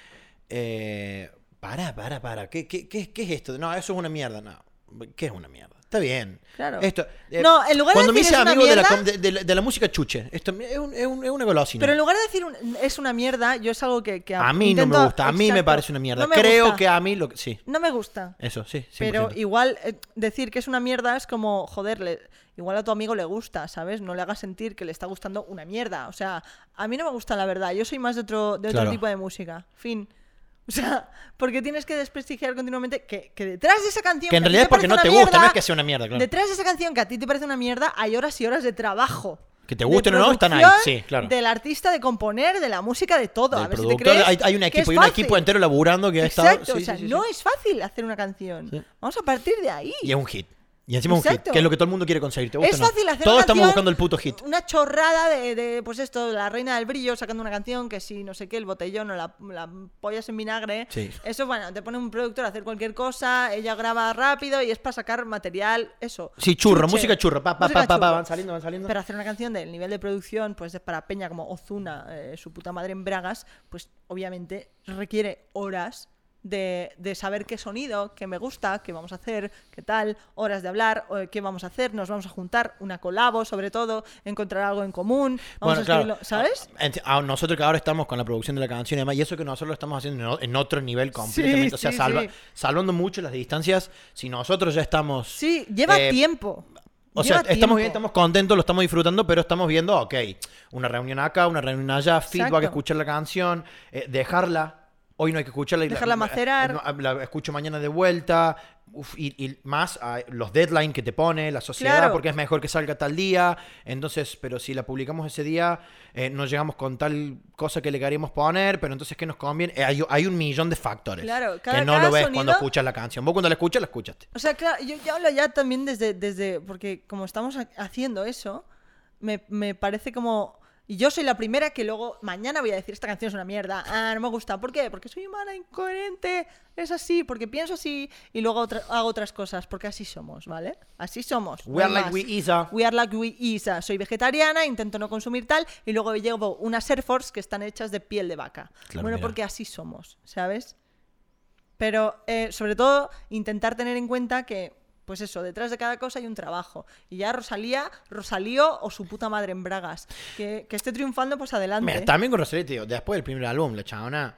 Speaker 2: eh, para, para, para, ¿qué, qué, qué, qué es esto? No, eso es una mierda, no. ¿Qué es una mierda? Está bien.
Speaker 1: Claro.
Speaker 2: Esto, eh,
Speaker 1: No, en lugar de decir
Speaker 2: cuando me
Speaker 1: es
Speaker 2: hice
Speaker 1: una
Speaker 2: amigo de la,
Speaker 1: mierda-
Speaker 2: com- de, de la- de la música chuche, esto es, un- es un- es una golosina.
Speaker 1: Pero en lugar de decir un- es una mierda, yo es algo que, que
Speaker 2: a mí no me
Speaker 1: intento-
Speaker 2: gusta, a mí me
Speaker 1: Exacto.
Speaker 2: parece una mierda.
Speaker 1: No me
Speaker 2: Creo
Speaker 1: gusta.
Speaker 2: que a mí lo que... Sí,
Speaker 1: No me gusta.
Speaker 2: eso, sí. 100%.
Speaker 1: Pero igual eh, decir que es una mierda es como, joder, le- igual a tu amigo le gusta, ¿sabes? No le hagas sentir que le está gustando una mierda. O sea, a mí no me gusta la verdad. Yo soy más de otro, de otro
Speaker 2: Claro.
Speaker 1: tipo de música. Fin. [laughs] O sea, porque tienes que desprestigiar continuamente que, que detrás de esa canción...
Speaker 2: Que en
Speaker 1: a ti
Speaker 2: realidad es porque
Speaker 1: parece
Speaker 2: no te
Speaker 1: una
Speaker 2: gusta, no es que sea una mierda, claro.
Speaker 1: Detrás de esa canción que a ti te parece una mierda hay horas y horas de trabajo.
Speaker 2: Que te
Speaker 1: De
Speaker 2: gusten o no, están ahí,
Speaker 1: producción,
Speaker 2: sí, claro.
Speaker 1: Del artista, de componer, de la música, de todo.
Speaker 2: Del
Speaker 1: a ver si te
Speaker 2: productor,
Speaker 1: crees
Speaker 2: hay, hay un
Speaker 1: que
Speaker 2: equipo,
Speaker 1: es
Speaker 2: hay un
Speaker 1: fácil.
Speaker 2: equipo entero laburando que ha estado...
Speaker 1: Exacto,
Speaker 2: sí,
Speaker 1: o sea,
Speaker 2: sí, sí, sí.
Speaker 1: no es fácil hacer una canción.
Speaker 2: Sí.
Speaker 1: Vamos a partir de ahí.
Speaker 2: Y es un hit. Y encima es un hit,
Speaker 1: Exacto.
Speaker 2: que es lo que todo el mundo quiere conseguir. ¿Te gusta
Speaker 1: Es
Speaker 2: o no?
Speaker 1: fácil hacer
Speaker 2: Todos
Speaker 1: una
Speaker 2: estamos
Speaker 1: canción,
Speaker 2: buscando el puto hit.
Speaker 1: Una chorrada de, de, pues esto, la reina del brillo sacando una canción que si no sé qué, el botellón o la, la pollas en vinagre.
Speaker 2: Sí.
Speaker 1: Eso, bueno, te pone un productor a hacer cualquier cosa, ella graba rápido y es para sacar material, eso.
Speaker 2: Sí, churro,
Speaker 1: Chuche.
Speaker 2: música churro. Pa, pa,
Speaker 1: Música
Speaker 2: pa, pa, pa,
Speaker 1: churro.
Speaker 2: van saliendo, van saliendo.
Speaker 1: Pero hacer una canción del nivel de producción, pues de- para Peña como Ozuna, eh, su puta madre en Bragas, pues obviamente requiere horas de, de saber qué sonido, qué me gusta, qué vamos a hacer, qué tal, horas de hablar, eh, qué vamos a hacer, nos vamos a juntar, una colabo sobre todo, encontrar algo en común, vamos a escribirlo, ¿sabes?
Speaker 2: A, enti- a ah, nosotros que ahora estamos con la producción de la canción y demás, y eso que nosotros lo estamos haciendo en o- en otro nivel completamente. o sea,
Speaker 1: sí,
Speaker 2: salva-
Speaker 1: sí.
Speaker 2: salvando mucho las distancias, si nosotros ya estamos.
Speaker 1: Sí, lleva
Speaker 2: eh,
Speaker 1: tiempo.
Speaker 2: O sea,
Speaker 1: lleva
Speaker 2: estamos bien,
Speaker 1: tiempo.
Speaker 2: estamos contentos, lo estamos disfrutando, pero estamos viendo, ok, una reunión acá, una reunión allá, feedback,
Speaker 1: Exacto.
Speaker 2: escuchar la canción, eh, dejarla. Hoy no hay que escucharla. y la-
Speaker 1: Dejarla
Speaker 2: la-
Speaker 1: macerar.
Speaker 2: no, ah, La, escucho mañana de vuelta. uf, y, y más ah, los deadlines que te pone la sociedad,
Speaker 1: Claro.
Speaker 2: porque es mejor que salga tal día. Entonces, pero si la publicamos ese día, eh, no llegamos con tal cosa que le queríamos poner, pero entonces, ¿qué nos conviene? Eh, hay, hay un millón de factores
Speaker 1: Claro,
Speaker 2: que
Speaker 1: cada-
Speaker 2: no
Speaker 1: cada
Speaker 2: lo ves
Speaker 1: sonido-
Speaker 2: cuando escuchas la canción. Vos cuando la escuchas, la escuchaste.
Speaker 1: O sea, claro, yo, yo hablo ya también desde, desde porque como estamos ha- haciendo eso, me, me parece como... Y yo soy la primera que luego mañana voy a decir esta canción es una mierda, ah, no me gusta. ¿Por qué? Porque soy humana, incoherente, es así, porque pienso así y luego otra- hago otras cosas, porque así somos, ¿vale? Así somos.
Speaker 2: We
Speaker 1: no
Speaker 2: are
Speaker 1: hay
Speaker 2: like
Speaker 1: más.
Speaker 2: we is are.
Speaker 1: We are like we is are. Soy vegetariana, intento no consumir tal y luego llevo unas Air Force que están hechas de piel de vaca.
Speaker 2: Claro,
Speaker 1: bueno,
Speaker 2: mira.
Speaker 1: porque así somos, ¿sabes? Pero eh, sobre todo intentar tener en cuenta que, pues eso, detrás de cada cosa hay un trabajo. Y ya Rosalía, Rosalío o su puta madre en Bragas. Que, que esté triunfando, pues adelante.
Speaker 2: Mira, también con Rosalía, te digo, después del primer álbum, la chavana,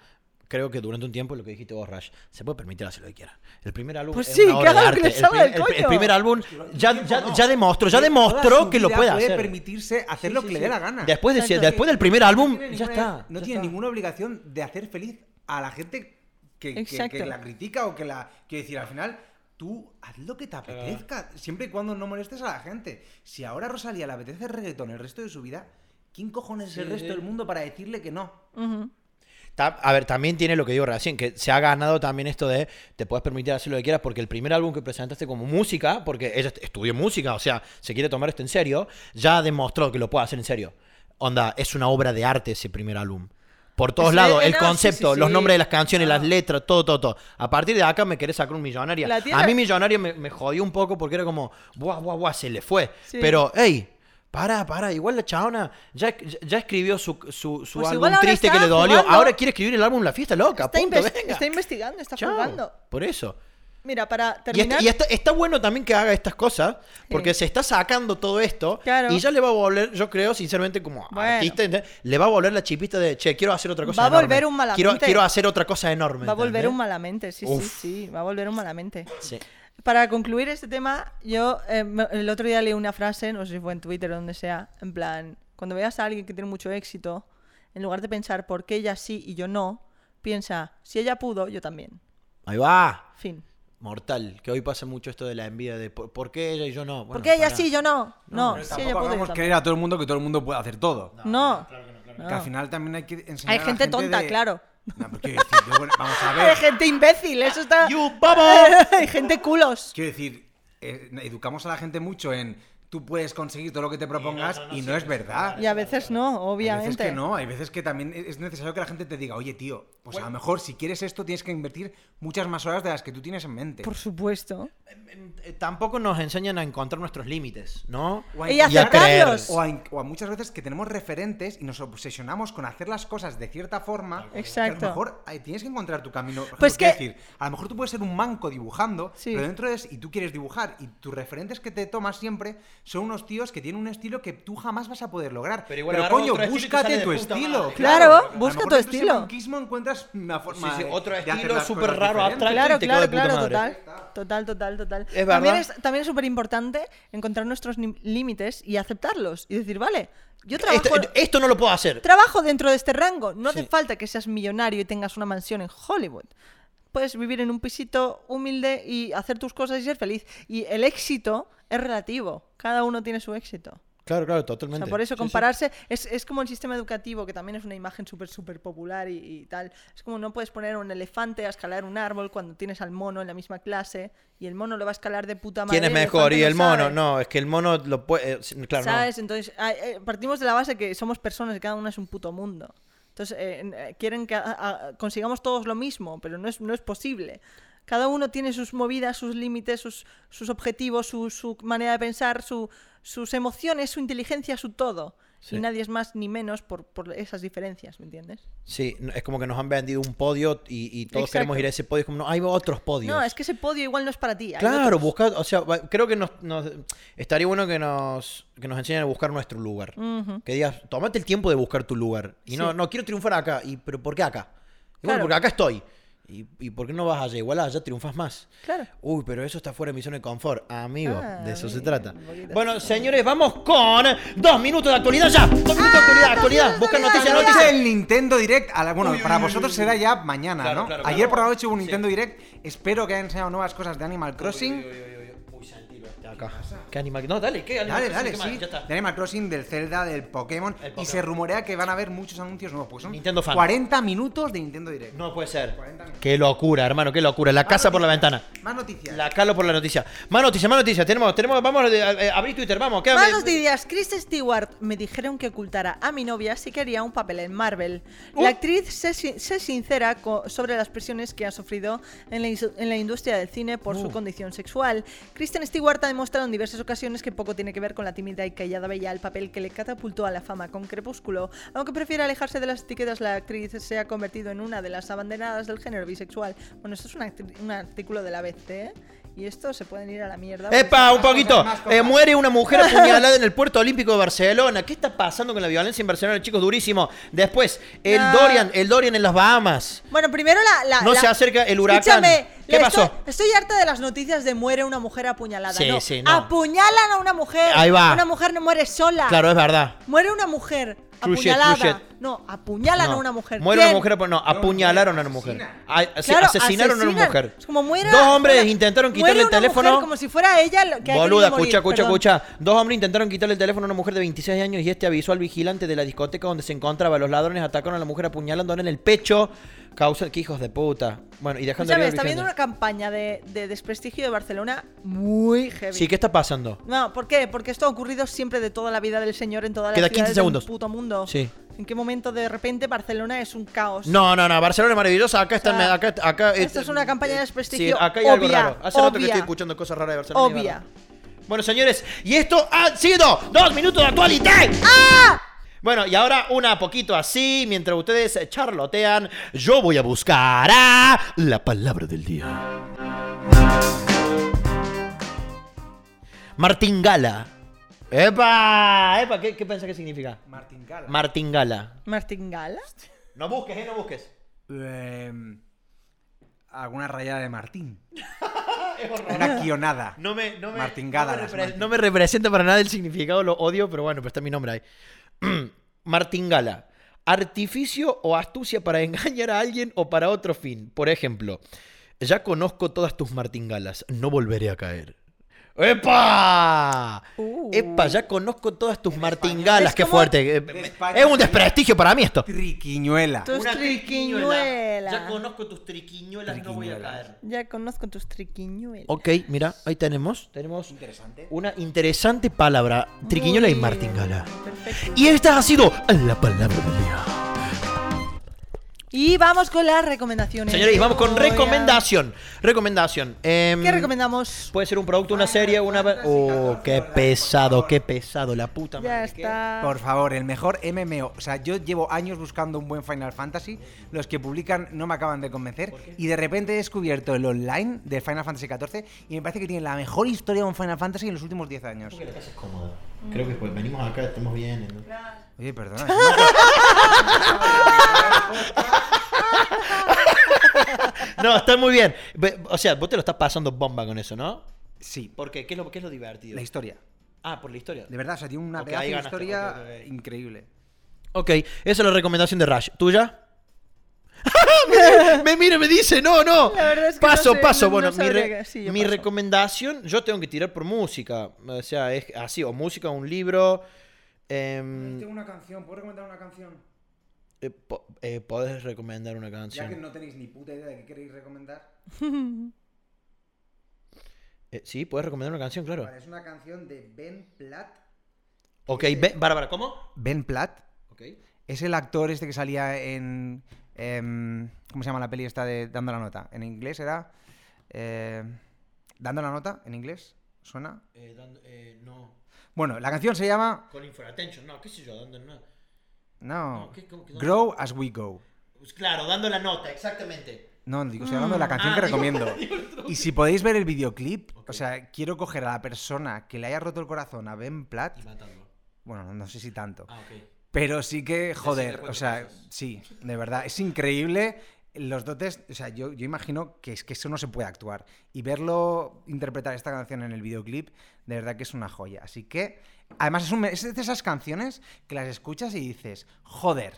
Speaker 2: creo que durante un tiempo, lo que dijiste vos, Rash, se puede permitir hacer lo que quiera. El primer álbum
Speaker 1: Pues
Speaker 2: es
Speaker 1: sí,
Speaker 2: una
Speaker 1: que
Speaker 2: obra de
Speaker 1: haga lo que
Speaker 2: arte.
Speaker 1: le salga del
Speaker 2: el, prim- el- el
Speaker 1: coño.
Speaker 2: primer álbum ya, ya,
Speaker 4: no.
Speaker 2: ya demostró, ya
Speaker 4: Toda
Speaker 2: demostró
Speaker 4: su
Speaker 2: que lo
Speaker 4: vida
Speaker 2: puede
Speaker 4: puede
Speaker 2: hacer.
Speaker 4: permitirse hacer
Speaker 2: Sí,
Speaker 4: lo
Speaker 2: sí,
Speaker 4: que le
Speaker 2: sí.
Speaker 4: dé la gana.
Speaker 2: Después, de-
Speaker 1: Exacto.
Speaker 2: después del primer álbum,
Speaker 4: tiene
Speaker 2: ya
Speaker 4: ninguna-
Speaker 2: está.
Speaker 4: No
Speaker 2: ya
Speaker 4: tiene
Speaker 2: está.
Speaker 4: ninguna obligación de hacer feliz a la gente que, que- que
Speaker 1: Exacto.
Speaker 4: la critica o que la... Quiero decir, al final, tú haz lo que te apetezca, siempre y cuando no molestes a la gente. Si ahora a Rosalía le apetece el reggaetón el resto de su vida, ¿quién cojones es el
Speaker 2: Sí,
Speaker 4: resto
Speaker 2: sí.
Speaker 4: del mundo para decirle que no?
Speaker 1: Ujú.
Speaker 2: Ta- A ver, también tiene lo que digo recién, que se ha ganado también esto de te puedes permitir hacer lo que quieras, porque el primer álbum que presentaste como música, porque ella est- estudió música, o sea, se quiere tomar esto en serio, ya demostró que lo puede hacer en serio. Onda, es una obra de arte ese primer álbum. Por todos
Speaker 1: Sí,
Speaker 2: lados,
Speaker 1: eh,
Speaker 2: el
Speaker 1: no, sí,
Speaker 2: concepto,
Speaker 1: sí,
Speaker 2: los
Speaker 1: sí.
Speaker 2: nombres de las canciones, las letras, todo, todo, todo. A partir de acá me querés sacar un millonaria.
Speaker 1: La
Speaker 2: A
Speaker 1: tierra-
Speaker 2: mí millonaria me, me jodió un poco porque era como, buah, buah, buah, se le fue.
Speaker 1: Sí.
Speaker 2: Pero, hey, para, para, igual la chabona ya, ya- ya escribió su, su, su
Speaker 1: Pues igual
Speaker 2: álbum
Speaker 1: ahora
Speaker 2: triste que
Speaker 1: está
Speaker 2: le dolió.
Speaker 1: jugando.
Speaker 2: Ahora quiere escribir el álbum La Fiesta Loca.
Speaker 1: Está,
Speaker 2: punto,
Speaker 1: inves-
Speaker 2: venga.
Speaker 1: está investigando, está
Speaker 2: Chao.
Speaker 1: jugando.
Speaker 2: Por eso.
Speaker 1: Mira, para
Speaker 2: Y, este está,
Speaker 1: terminar.
Speaker 2: y está- está bueno también que haga estas cosas, porque
Speaker 1: Sí.
Speaker 2: se está sacando todo esto.
Speaker 1: Claro.
Speaker 2: Y ya le va a volver, yo creo, sinceramente, como
Speaker 1: Bueno.
Speaker 2: artista, ¿entendés? le va a volver la chipita de, che, quiero hacer otra cosa
Speaker 1: Va a
Speaker 2: enorme.
Speaker 1: volver un Malamente.
Speaker 2: Quiero, quiero hacer otra cosa enorme.
Speaker 1: Va a volver
Speaker 2: ¿entendés?
Speaker 1: un malamente, sí,
Speaker 2: Uf.
Speaker 1: sí, sí, va a volver un malamente.
Speaker 2: Sí.
Speaker 1: Para concluir este tema, yo eh, me- el otro día leí una frase, no sé si fue en Twitter o donde sea, en plan, cuando veas a alguien que tiene mucho éxito, en lugar de pensar por qué ella sí y yo no, piensa, si ella pudo, yo también.
Speaker 2: Ahí va.
Speaker 1: Fin.
Speaker 2: Mortal. Que hoy pasa mucho esto de la envidia de por, ¿por qué ella y yo no. Bueno,
Speaker 1: ¿Por qué ella
Speaker 2: pará.
Speaker 1: sí y yo no? No,
Speaker 4: Pero
Speaker 1: si ella
Speaker 4: eh, tampoco
Speaker 1: pudo, yo
Speaker 4: hagamos
Speaker 1: también.
Speaker 4: creer a todo el mundo que todo el mundo puede hacer todo.
Speaker 1: No.
Speaker 4: Que al final también hay que enseñar
Speaker 1: Hay
Speaker 4: a la
Speaker 1: gente tonta,
Speaker 4: de-
Speaker 1: claro.
Speaker 4: No, pero quiero decir, yo, bueno, vamos
Speaker 1: [laughs]
Speaker 4: a
Speaker 1: Hay
Speaker 4: ver.
Speaker 1: gente imbécil, eso está...
Speaker 2: You bubble.
Speaker 1: [laughs] Hay gente culos.
Speaker 4: Quiero decir, eh, educamos a la gente mucho en tú puedes conseguir todo lo que te propongas y no, es verdad.
Speaker 1: Y a veces no,
Speaker 4: Hay veces
Speaker 1: obviamente.
Speaker 4: que no, hay veces que también e-, es necesario que la gente te diga, oye tío, pues a lo mejor si quieres esto tienes que invertir muchas más horas de las que tú tienes en mente.
Speaker 1: Por supuesto.
Speaker 2: Eh, Tampoco nos enseñan a encontrar nuestros límites, ¿no?
Speaker 4: O
Speaker 1: Y
Speaker 4: encontrar-
Speaker 1: aceptarlos.
Speaker 4: O a, en- o a muchas veces que tenemos referentes y nos obsesionamos con hacer las cosas de cierta forma.
Speaker 1: Exacto.
Speaker 4: que a lo mejor ay, tienes que encontrar tu camino. Por
Speaker 1: Pues
Speaker 4: ejemplo,
Speaker 1: que-
Speaker 4: quiero decir, a lo mejor tú puedes ser un manco dibujando,
Speaker 1: Sí.
Speaker 4: pero dentro es. Y tú quieres dibujar. Y tus referentes que te tomas siempre son unos tíos que tienen un estilo que tú jamás vas a poder lograr.
Speaker 2: Pero igual agarra
Speaker 4: coño,
Speaker 2: otro estilo y te
Speaker 4: búscate
Speaker 2: sale de
Speaker 4: tu
Speaker 2: puta madre.
Speaker 4: estilo.
Speaker 1: Claro,
Speaker 4: A lo
Speaker 1: busca
Speaker 4: mejor
Speaker 1: tu
Speaker 4: en ese
Speaker 1: estilo.
Speaker 4: manquismo encuentras una forma.
Speaker 2: Sí, sí,
Speaker 4: de-
Speaker 2: otro
Speaker 4: de hacer
Speaker 2: estilo
Speaker 4: las
Speaker 2: súper
Speaker 4: cosas
Speaker 2: raro,
Speaker 4: diferentes.
Speaker 2: abstracto.
Speaker 1: Claro,
Speaker 2: te quedó de
Speaker 1: claro,
Speaker 2: puta
Speaker 1: claro,
Speaker 2: madre.
Speaker 1: total. Total, total, total.
Speaker 2: Es
Speaker 1: también
Speaker 2: verdad.
Speaker 1: es también es súper importante encontrar nuestros lim- límites y aceptarlos. Y decir, vale, yo trabajo,
Speaker 2: Esto, Este, esto no lo puedo hacer.
Speaker 1: trabajo dentro de este rango. No hace falta que seas millonario y tengas una mansión en Hollywood. Puedes vivir en un pisito humilde y hacer tus cosas y ser feliz. Y el éxito es relativo. Cada uno tiene su éxito.
Speaker 2: Claro, claro,
Speaker 1: O
Speaker 2: totalmente.
Speaker 1: sea, por eso
Speaker 2: Sí,
Speaker 1: compararse Es, es como el sistema educativo, que también es una imagen súper, súper popular y, y tal. Es como no puedes poner un elefante a escalar un árbol cuando tienes al mono en la misma clase y el mono lo va a escalar de puta
Speaker 2: sí.
Speaker 1: madre.
Speaker 2: ¿Quién es mejor? ¿Y el mono? No, es que el mono lo puede. eh, sí, claro, no.
Speaker 1: ¿Sabes? Entonces, ah, eh, partimos de la base que somos personas y cada una es un puto mundo. Entonces, eh, en- eh, quieren que ah, ah, consigamos todos lo mismo, pero no es, no es posible. Cada uno tiene sus movidas, sus límites, sus, sus objetivos, su, su manera de pensar, su- sus emociones, su inteligencia, su todo.
Speaker 2: Sí.
Speaker 1: Y nadie es más ni menos por, por esas diferencias, ¿me entiendes?
Speaker 2: Sí, no, es como que nos han vendido un podio y, y todos
Speaker 1: Exacto.
Speaker 2: queremos ir a ese podio. Es como, no, hay otros podios.
Speaker 1: No, es que ese podio igual no es para ti. hay
Speaker 2: Oh, Claro,
Speaker 1: otros.
Speaker 2: buscar, o sea, va- creo que nos, nos- estaría bueno que nos, que nos enseñen a buscar nuestro lugar.
Speaker 1: Mm.
Speaker 2: Que digas, tómate el tiempo de buscar tu lugar. Y no, no quiero triunfar acá. ¿Y pero por qué acá? Y bueno,
Speaker 1: Claro.
Speaker 2: porque acá estoy. ¿Y, y por qué no vas allá? Igual allá triunfas más.
Speaker 1: Claro.
Speaker 2: Uy, pero eso está fuera de mi zona de confort. Amigo,
Speaker 1: Ah,
Speaker 2: de eso se
Speaker 1: bien,
Speaker 2: trata.
Speaker 1: un poquito.
Speaker 2: Bueno, señores, vamos con dos minutos de actualidad ya. Dos minutos de actualidad, actualidad. Busca noticias,
Speaker 4: Pero
Speaker 2: noticias.
Speaker 4: es el Nintendo Direct. a la- bueno,
Speaker 2: Uy, uy,
Speaker 4: para
Speaker 2: uy,
Speaker 4: vosotros
Speaker 2: uy,
Speaker 4: será ya mañana,
Speaker 2: Claro,
Speaker 4: ¿no?
Speaker 2: claro,
Speaker 4: Ayer
Speaker 2: claro.
Speaker 4: por la noche hubo un
Speaker 2: Sí.
Speaker 4: Nintendo Direct. Espero que hayan enseñado nuevas cosas de Animal Crossing.
Speaker 2: Uy, Santino, está acá. ¿Qué animal? No, dale, ¿qué animal?
Speaker 4: Dale, dale,
Speaker 2: ¿Qué más?
Speaker 4: sí.
Speaker 2: Ya está.
Speaker 4: De Animal Crossing, del Zelda, del Pokémon. Y
Speaker 2: Pokémon.
Speaker 4: se rumorea que van a haber muchos anuncios nuevos. Porque son
Speaker 2: Nintendo fan.
Speaker 4: 40 minutos de Nintendo Direct.
Speaker 2: No puede ser.
Speaker 4: 40 minutos.
Speaker 2: Qué locura, hermano, qué locura. La casa por la ventana.
Speaker 4: Más noticias.
Speaker 2: La calo por la noticia. Más noticias, más noticias. Tenemos, tenemos, vamos a eh, abrir Twitter, vamos. ¿qué?
Speaker 1: Manos días, Chris Stewart. Me dijeron que ocultara a mi novia si quería un papel en Marvel. La actriz se, si- se sincera co- sobre las presiones que ha sufrido en la, insu- en la industria del cine por su condición sexual. Kristen Stewart ha demostrado en diversas ocasiones que poco tiene que ver con la tímida y callada bella el papel que le catapultó a la fama con Crepúsculo. Aunque prefiera alejarse de las etiquetas, la actriz se ha convertido en una de las abanderadas del género bisexual. Bueno, esto es un, actri- un artículo de la BC. Y esto se pueden ir a la mierda.
Speaker 2: ¡Epa! Un
Speaker 4: Más cosas,
Speaker 2: poquito.
Speaker 4: más cosas.
Speaker 2: Eh, muere una mujer apuñalada en el puerto olímpico de Barcelona. ¿Qué está pasando con la violencia en Barcelona, chicos? Durísimo. Después, el
Speaker 1: No.
Speaker 2: Dorian, el Dorian en las Bahamas.
Speaker 1: Bueno, primero la. la-
Speaker 2: No
Speaker 1: la-
Speaker 2: se acerca el huracán.
Speaker 1: Escúchame,
Speaker 2: ¿Qué
Speaker 1: le
Speaker 2: pasó?
Speaker 1: Estoy, estoy harta de las noticias de muere una mujer apuñalada.
Speaker 2: Sí,
Speaker 1: no.
Speaker 2: sí, no.
Speaker 1: Apuñalan a una mujer.
Speaker 2: Ahí va.
Speaker 1: Una mujer no muere sola.
Speaker 2: Claro, es verdad.
Speaker 1: Muere una mujer.
Speaker 2: True shit,
Speaker 1: apuñalada.
Speaker 2: true shit.
Speaker 1: No, apuñalan a una mujer.
Speaker 2: Muere una
Speaker 1: ¿Quién?
Speaker 2: mujer, no, apuñalaron a una mujer. A- ase-
Speaker 1: Claro,
Speaker 2: asesinaron a una
Speaker 1: asesinan.
Speaker 2: mujer.
Speaker 1: Es como muere
Speaker 2: Dos
Speaker 1: una-
Speaker 2: hombres
Speaker 1: muere-
Speaker 2: intentaron
Speaker 1: muere
Speaker 2: quitarle el
Speaker 1: una mujer
Speaker 2: teléfono.
Speaker 1: como si fuera ella lo que ha
Speaker 2: Boluda,
Speaker 1: querido morir,
Speaker 2: escucha, escucha,
Speaker 1: perdón.
Speaker 2: escucha. Dos hombres intentaron quitarle el teléfono a una mujer de 26 años y este avisó al vigilante de la discoteca donde se encontraba. Los ladrones atacaron a la mujer apuñalándola en el pecho. Causa que hijos de puta. Bueno, y dejando
Speaker 1: Escúchame,
Speaker 2: al
Speaker 1: está viendo una
Speaker 2: vigilante.
Speaker 1: campaña de, de desprestigio de Barcelona muy heavy.
Speaker 2: Sí, ¿qué está pasando?
Speaker 1: No, ¿por qué? Porque esto ha ocurrido siempre de toda la vida del señor en toda la
Speaker 2: Queda 15 segundos.
Speaker 1: del puto mundo.
Speaker 2: Sí.
Speaker 1: ¿En qué momento de repente Barcelona es un caos?
Speaker 2: No, no, no, Barcelona es maravillosa. Acá están.
Speaker 1: sea,
Speaker 2: acá, acá, eh,
Speaker 1: esto es una campaña de desprestigio
Speaker 2: Sí, acá hay algo
Speaker 1: obvia,
Speaker 2: raro. Hace rato que
Speaker 1: obvia,
Speaker 2: estoy escuchando cosas raras de Barcelona. y
Speaker 1: obvia.
Speaker 2: Barra. Bueno, señores, y esto han sido dos minutos de actualidad.
Speaker 1: ¡Ah!
Speaker 2: Bueno, y ahora una poquito así, mientras ustedes charlotean, yo voy a buscar a la palabra del día. Martingala. ¡Epa! ¡Epa! ¿Qué, qué pensás que significa?
Speaker 4: Martín Gala.
Speaker 2: Martingala.
Speaker 1: ¿Martingala?
Speaker 2: No busques, eh, no busques.
Speaker 4: Em, alguna rayada de Martín. Una guionada.
Speaker 2: Ah. No me, no me,
Speaker 4: Martingala,
Speaker 2: no me,
Speaker 4: las
Speaker 2: repre-
Speaker 4: Martin.
Speaker 2: no me representa para nada el significado, lo odio, pero bueno, pero está mi nombre ahí. [clears throat] Martingala. Artificio o astucia para engañar a alguien o para otro fin. Por ejemplo, ya conozco todas tus martingalas, no volveré a caer. ¡Epa!
Speaker 1: Uh.
Speaker 2: ¡Epa! Ya conozco todas tus martingalas.
Speaker 1: Es
Speaker 2: ¡Qué
Speaker 1: como-
Speaker 2: fuerte! Eh,
Speaker 4: España
Speaker 2: Es un
Speaker 4: sería-
Speaker 2: desprestigio para mí esto.
Speaker 4: Triquiñuela.
Speaker 1: Tus triquiñuelas.
Speaker 2: Ya conozco tus triquiñuelas, no voy a
Speaker 4: Triquiñuelas.
Speaker 2: caer.
Speaker 1: Ya conozco tus triquiñuelas.
Speaker 2: Ok, mira, ahí tenemos. Tenemos
Speaker 4: Interesante.
Speaker 2: una interesante palabra, triquiñola y martingala.
Speaker 1: Perfecto.
Speaker 2: Y esta ha sido la palabra del día.
Speaker 1: Y vamos con las recomendaciones.
Speaker 2: Señores, vamos con
Speaker 1: Voy a-
Speaker 2: recomendación. Recomendación. Em,
Speaker 1: ¿Qué recomendamos?
Speaker 2: Puede ser un producto, una serie, una... Oh, qué pesado, qué pesado, la puta
Speaker 1: Ya
Speaker 2: madre. qué-
Speaker 1: está.
Speaker 4: Por favor, el mejor MMO. O sea, yo llevo años buscando un buen Final Fantasy. Los que publican no me acaban de convencer. Y de repente he descubierto el online de Final Fantasy XIV y me parece que tiene la mejor historia de un Final Fantasy en los últimos 10 años.
Speaker 2: Creo que la casa es cómoda. Creo que pues, venimos acá, estamos bien. ¿no?
Speaker 4: Oye, perdona.
Speaker 2: No, está muy bien. Ve- O sea, vos te lo estás pasando bomba con eso, ¿no?
Speaker 4: Sí,
Speaker 2: ¿Por qué? ¿Qué es lo, qué es lo divertido?
Speaker 4: la historia.
Speaker 2: Ah, por la historia.
Speaker 4: De verdad, o sea, tiene una
Speaker 2: Ok,
Speaker 4: pedazo
Speaker 2: ahí
Speaker 4: de
Speaker 2: ganaste,
Speaker 4: historia
Speaker 2: ok, ok, ok.
Speaker 4: increíble.
Speaker 2: Ok, esa es la recomendación de Rush. ¿Tuya? [laughs] me, me mira, me dice, no, no.
Speaker 1: La verdad es que
Speaker 2: paso,
Speaker 1: no sé,
Speaker 2: paso.
Speaker 1: no- no
Speaker 2: bueno, mi,
Speaker 1: sabría
Speaker 2: re-
Speaker 1: qué- sí, yo
Speaker 2: mi
Speaker 1: paso.
Speaker 2: recomendación, yo tengo que tirar por música. O sea, es así, o música, un libro. em,
Speaker 4: Eh, una canción, ¿puedo recomendar una canción?
Speaker 2: eh, po- eh, Podés recomendar una canción.
Speaker 4: no tenéis ni puta idea de qué queréis recomendar,
Speaker 2: Eh, sí, podés recomendar una canción, claro.
Speaker 4: es una canción de Ben Platt.
Speaker 2: Ok, ve- Bárbara, ¿cómo?
Speaker 4: Ben Platt
Speaker 2: Eh, Ok. eh,
Speaker 4: es el actor este que salía en. em, ¿Cómo se llama la peli esta de Dando la Nota? En inglés era. eh, ¿Dando la Nota? ¿En inglés? ¿Suena?
Speaker 2: Eh, dando- eh, no.
Speaker 4: Bueno, la canción se llama.
Speaker 2: Calling for attention, no, qué sé yo, dando no.
Speaker 4: No.
Speaker 2: No, ¿qué- cómo- qué-
Speaker 4: Grow as we go.
Speaker 2: Pues claro, dando la nota, exactamente.
Speaker 4: No, digo, estoy hablando de la canción
Speaker 2: Ah,
Speaker 4: que
Speaker 2: digo- [laughs]
Speaker 4: recomiendo.
Speaker 2: digo el otro.
Speaker 4: Y si podéis ver el videoclip, o sea, quiero coger a la persona que le haya roto el corazón a Ben Platt.
Speaker 2: Y matarlo.
Speaker 4: Bueno, no sé si tanto.
Speaker 2: Ah, ok.
Speaker 4: Pero sí que, joder,
Speaker 2: cuento
Speaker 4: o sea,
Speaker 2: cosas.
Speaker 4: sí, de verdad, es increíble los dotes, o sea, yo, yo imagino que es que eso no se puede actuar. Y verlo interpretar esta canción en el videoclip, de verdad que es una joya. Así que, además es, un- es de esas canciones que las escuchas y dices, joder,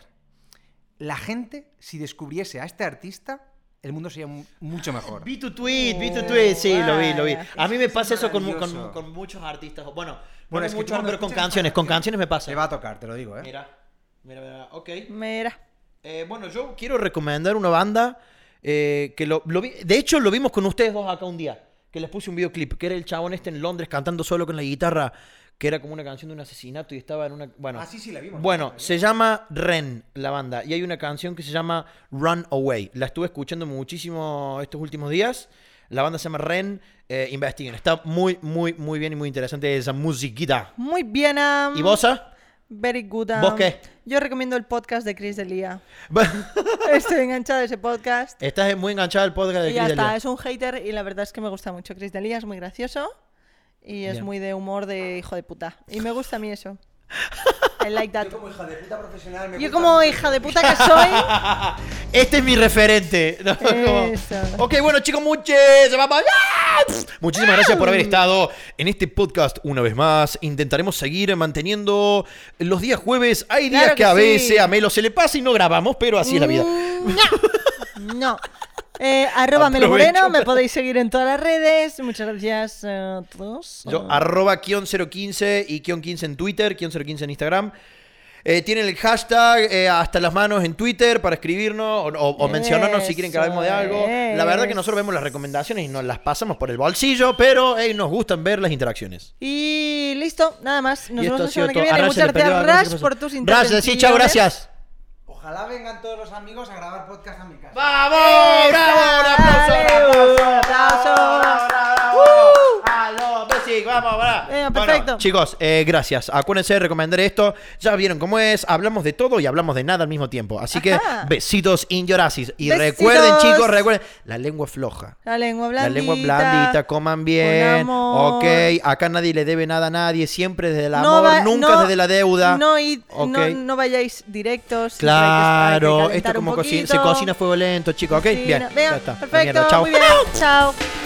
Speaker 4: la gente, si descubriese a este artista, el mundo sería mu- mucho mejor.
Speaker 2: Vi tu tweet, vi tu
Speaker 1: Oh,
Speaker 2: tweet, sí, lo vi, lo vi.
Speaker 1: vaya.
Speaker 2: A mí me pasa eso con, mu-
Speaker 4: maravilloso.
Speaker 2: con- con muchos artistas. Bueno, bueno
Speaker 4: Bueno, es que
Speaker 2: muchos,
Speaker 4: cuando
Speaker 2: pero con
Speaker 4: escuchas
Speaker 2: canciones, con canciones me
Speaker 4: Se
Speaker 2: pasa.
Speaker 4: va a tocar, te lo digo, ¿eh?
Speaker 2: Mira, mira, mira, ok.
Speaker 1: [laughs] Mira.
Speaker 2: Eh, bueno, yo quiero recomendar una banda eh, que lo, lo vi- de hecho lo vimos con ustedes dos acá un día, que les puse un videoclip, que era el chabón este en Londres cantando solo con la guitarra, que era como una canción de un asesinato y estaba en una... Bueno,
Speaker 4: Ah, sí, sí, la vimos.
Speaker 2: Bueno, se llama Ren, la banda, y hay una canción que se llama Run Away. La estuve escuchando muchísimo estos últimos días. La banda se llama Ren, eh, investiguen. Está muy, muy, muy bien y muy interesante esa musiquita.
Speaker 1: Muy bien. am.
Speaker 2: ¿Y vos? ah? [laughs]
Speaker 1: Very good. am.
Speaker 2: ¿Vos qué?
Speaker 1: Yo recomiendo el podcast de Chris Delia. Estoy enganchada a ese podcast.
Speaker 2: Estás muy enganchada al podcast [laughs] de
Speaker 1: Y ya
Speaker 2: Cris
Speaker 1: está,
Speaker 2: Delia.
Speaker 1: es un hater y la verdad es que me gusta mucho. Chris Delia es muy gracioso y es
Speaker 2: Bien.
Speaker 1: muy de humor de hijo de puta. Y me gusta a mí
Speaker 2: [laughs]
Speaker 1: eso. I like that.
Speaker 4: Como hija de puta profesional, me
Speaker 1: Yo
Speaker 4: gusta
Speaker 1: como hija de puta que soy,
Speaker 2: Este es mi referente. ¿no? [laughs] Como-
Speaker 1: Eso.
Speaker 2: Ok, bueno, chicos, muchas. ¡Vamos! ¡Ah! Muchísimas gracias por haber estado en este podcast una vez más. Intentaremos seguir manteniendo los días jueves. Hay días
Speaker 1: Claro
Speaker 2: que,
Speaker 1: que
Speaker 2: a
Speaker 1: sí.
Speaker 2: veces a Melo se le pasa y no grabamos, pero [laughs] así es la vida.
Speaker 1: mm, No.
Speaker 2: [laughs]
Speaker 1: no. Eh, arroba Melo
Speaker 2: Aprovecho
Speaker 1: Moreno, me
Speaker 2: para-
Speaker 1: podéis seguir en todas las redes. Muchas gracias eh, a todos.
Speaker 2: Yo, arroba Kion015 y Kion15 en Twitter, Kion015 en Instagram. Eh, tienen el hashtag eh, hasta las manos en Twitter para escribirnos o, o- o mencionarnos si quieren que
Speaker 1: Eso
Speaker 2: hablemos de algo. La verdad que
Speaker 1: es.
Speaker 2: nosotros vemos las recomendaciones y nos las pasamos por el bolsillo, pero eh, nos gustan ver las interacciones.
Speaker 1: Y listo, nada más. Nos
Speaker 2: Y
Speaker 1: vemos
Speaker 2: esto
Speaker 1: la
Speaker 2: ha sido
Speaker 1: semana que
Speaker 2: todo.
Speaker 1: viene.
Speaker 2: Arras, se
Speaker 1: Muchas
Speaker 2: le perdió,
Speaker 1: gracias,
Speaker 2: Arras, ¿qué
Speaker 1: Ras,
Speaker 2: pasó?
Speaker 1: por tus
Speaker 2: Ras,
Speaker 1: intervenciones.
Speaker 2: sí, chao, gracias.
Speaker 4: Ojalá vengan todos los amigos a grabar podcast a mi casa.
Speaker 2: ¡Vamos!
Speaker 1: Dale, un aplauso. Uh.
Speaker 2: ¡Aló, Messi! pues ¡Vamos, bravo!
Speaker 1: Venga,
Speaker 2: Bueno,
Speaker 1: perfecto.
Speaker 2: chicos, eh, gracias. Acuérdense de recomendar esto. Ya vieron cómo es. Hablamos de todo y hablamos de nada al mismo tiempo. Así que
Speaker 1: Ajá.
Speaker 2: besitos in your asses. Y
Speaker 1: Besitos.
Speaker 2: recuerden, chicos, recuerden. La lengua floja.
Speaker 1: La lengua blandita.
Speaker 2: La lengua blandita, coman bien.
Speaker 1: con amor.
Speaker 2: Ok, acá nadie le debe nada a nadie. Siempre desde el
Speaker 1: No
Speaker 2: amor,
Speaker 1: va-
Speaker 2: nunca
Speaker 1: no-
Speaker 2: desde la deuda.
Speaker 1: No, id-
Speaker 2: Ok.
Speaker 1: no, no vayáis directos. siempre hay que- hay que
Speaker 2: Claro, esto
Speaker 1: calentar un
Speaker 2: como cocina, se
Speaker 1: poquito.
Speaker 2: cocina a fuego lento, chicos, ¿ok? Bien,
Speaker 1: Cocina- Venga,
Speaker 2: ya está. La
Speaker 1: perfecto.
Speaker 2: mierda, chau.
Speaker 1: Muy bien. Chao.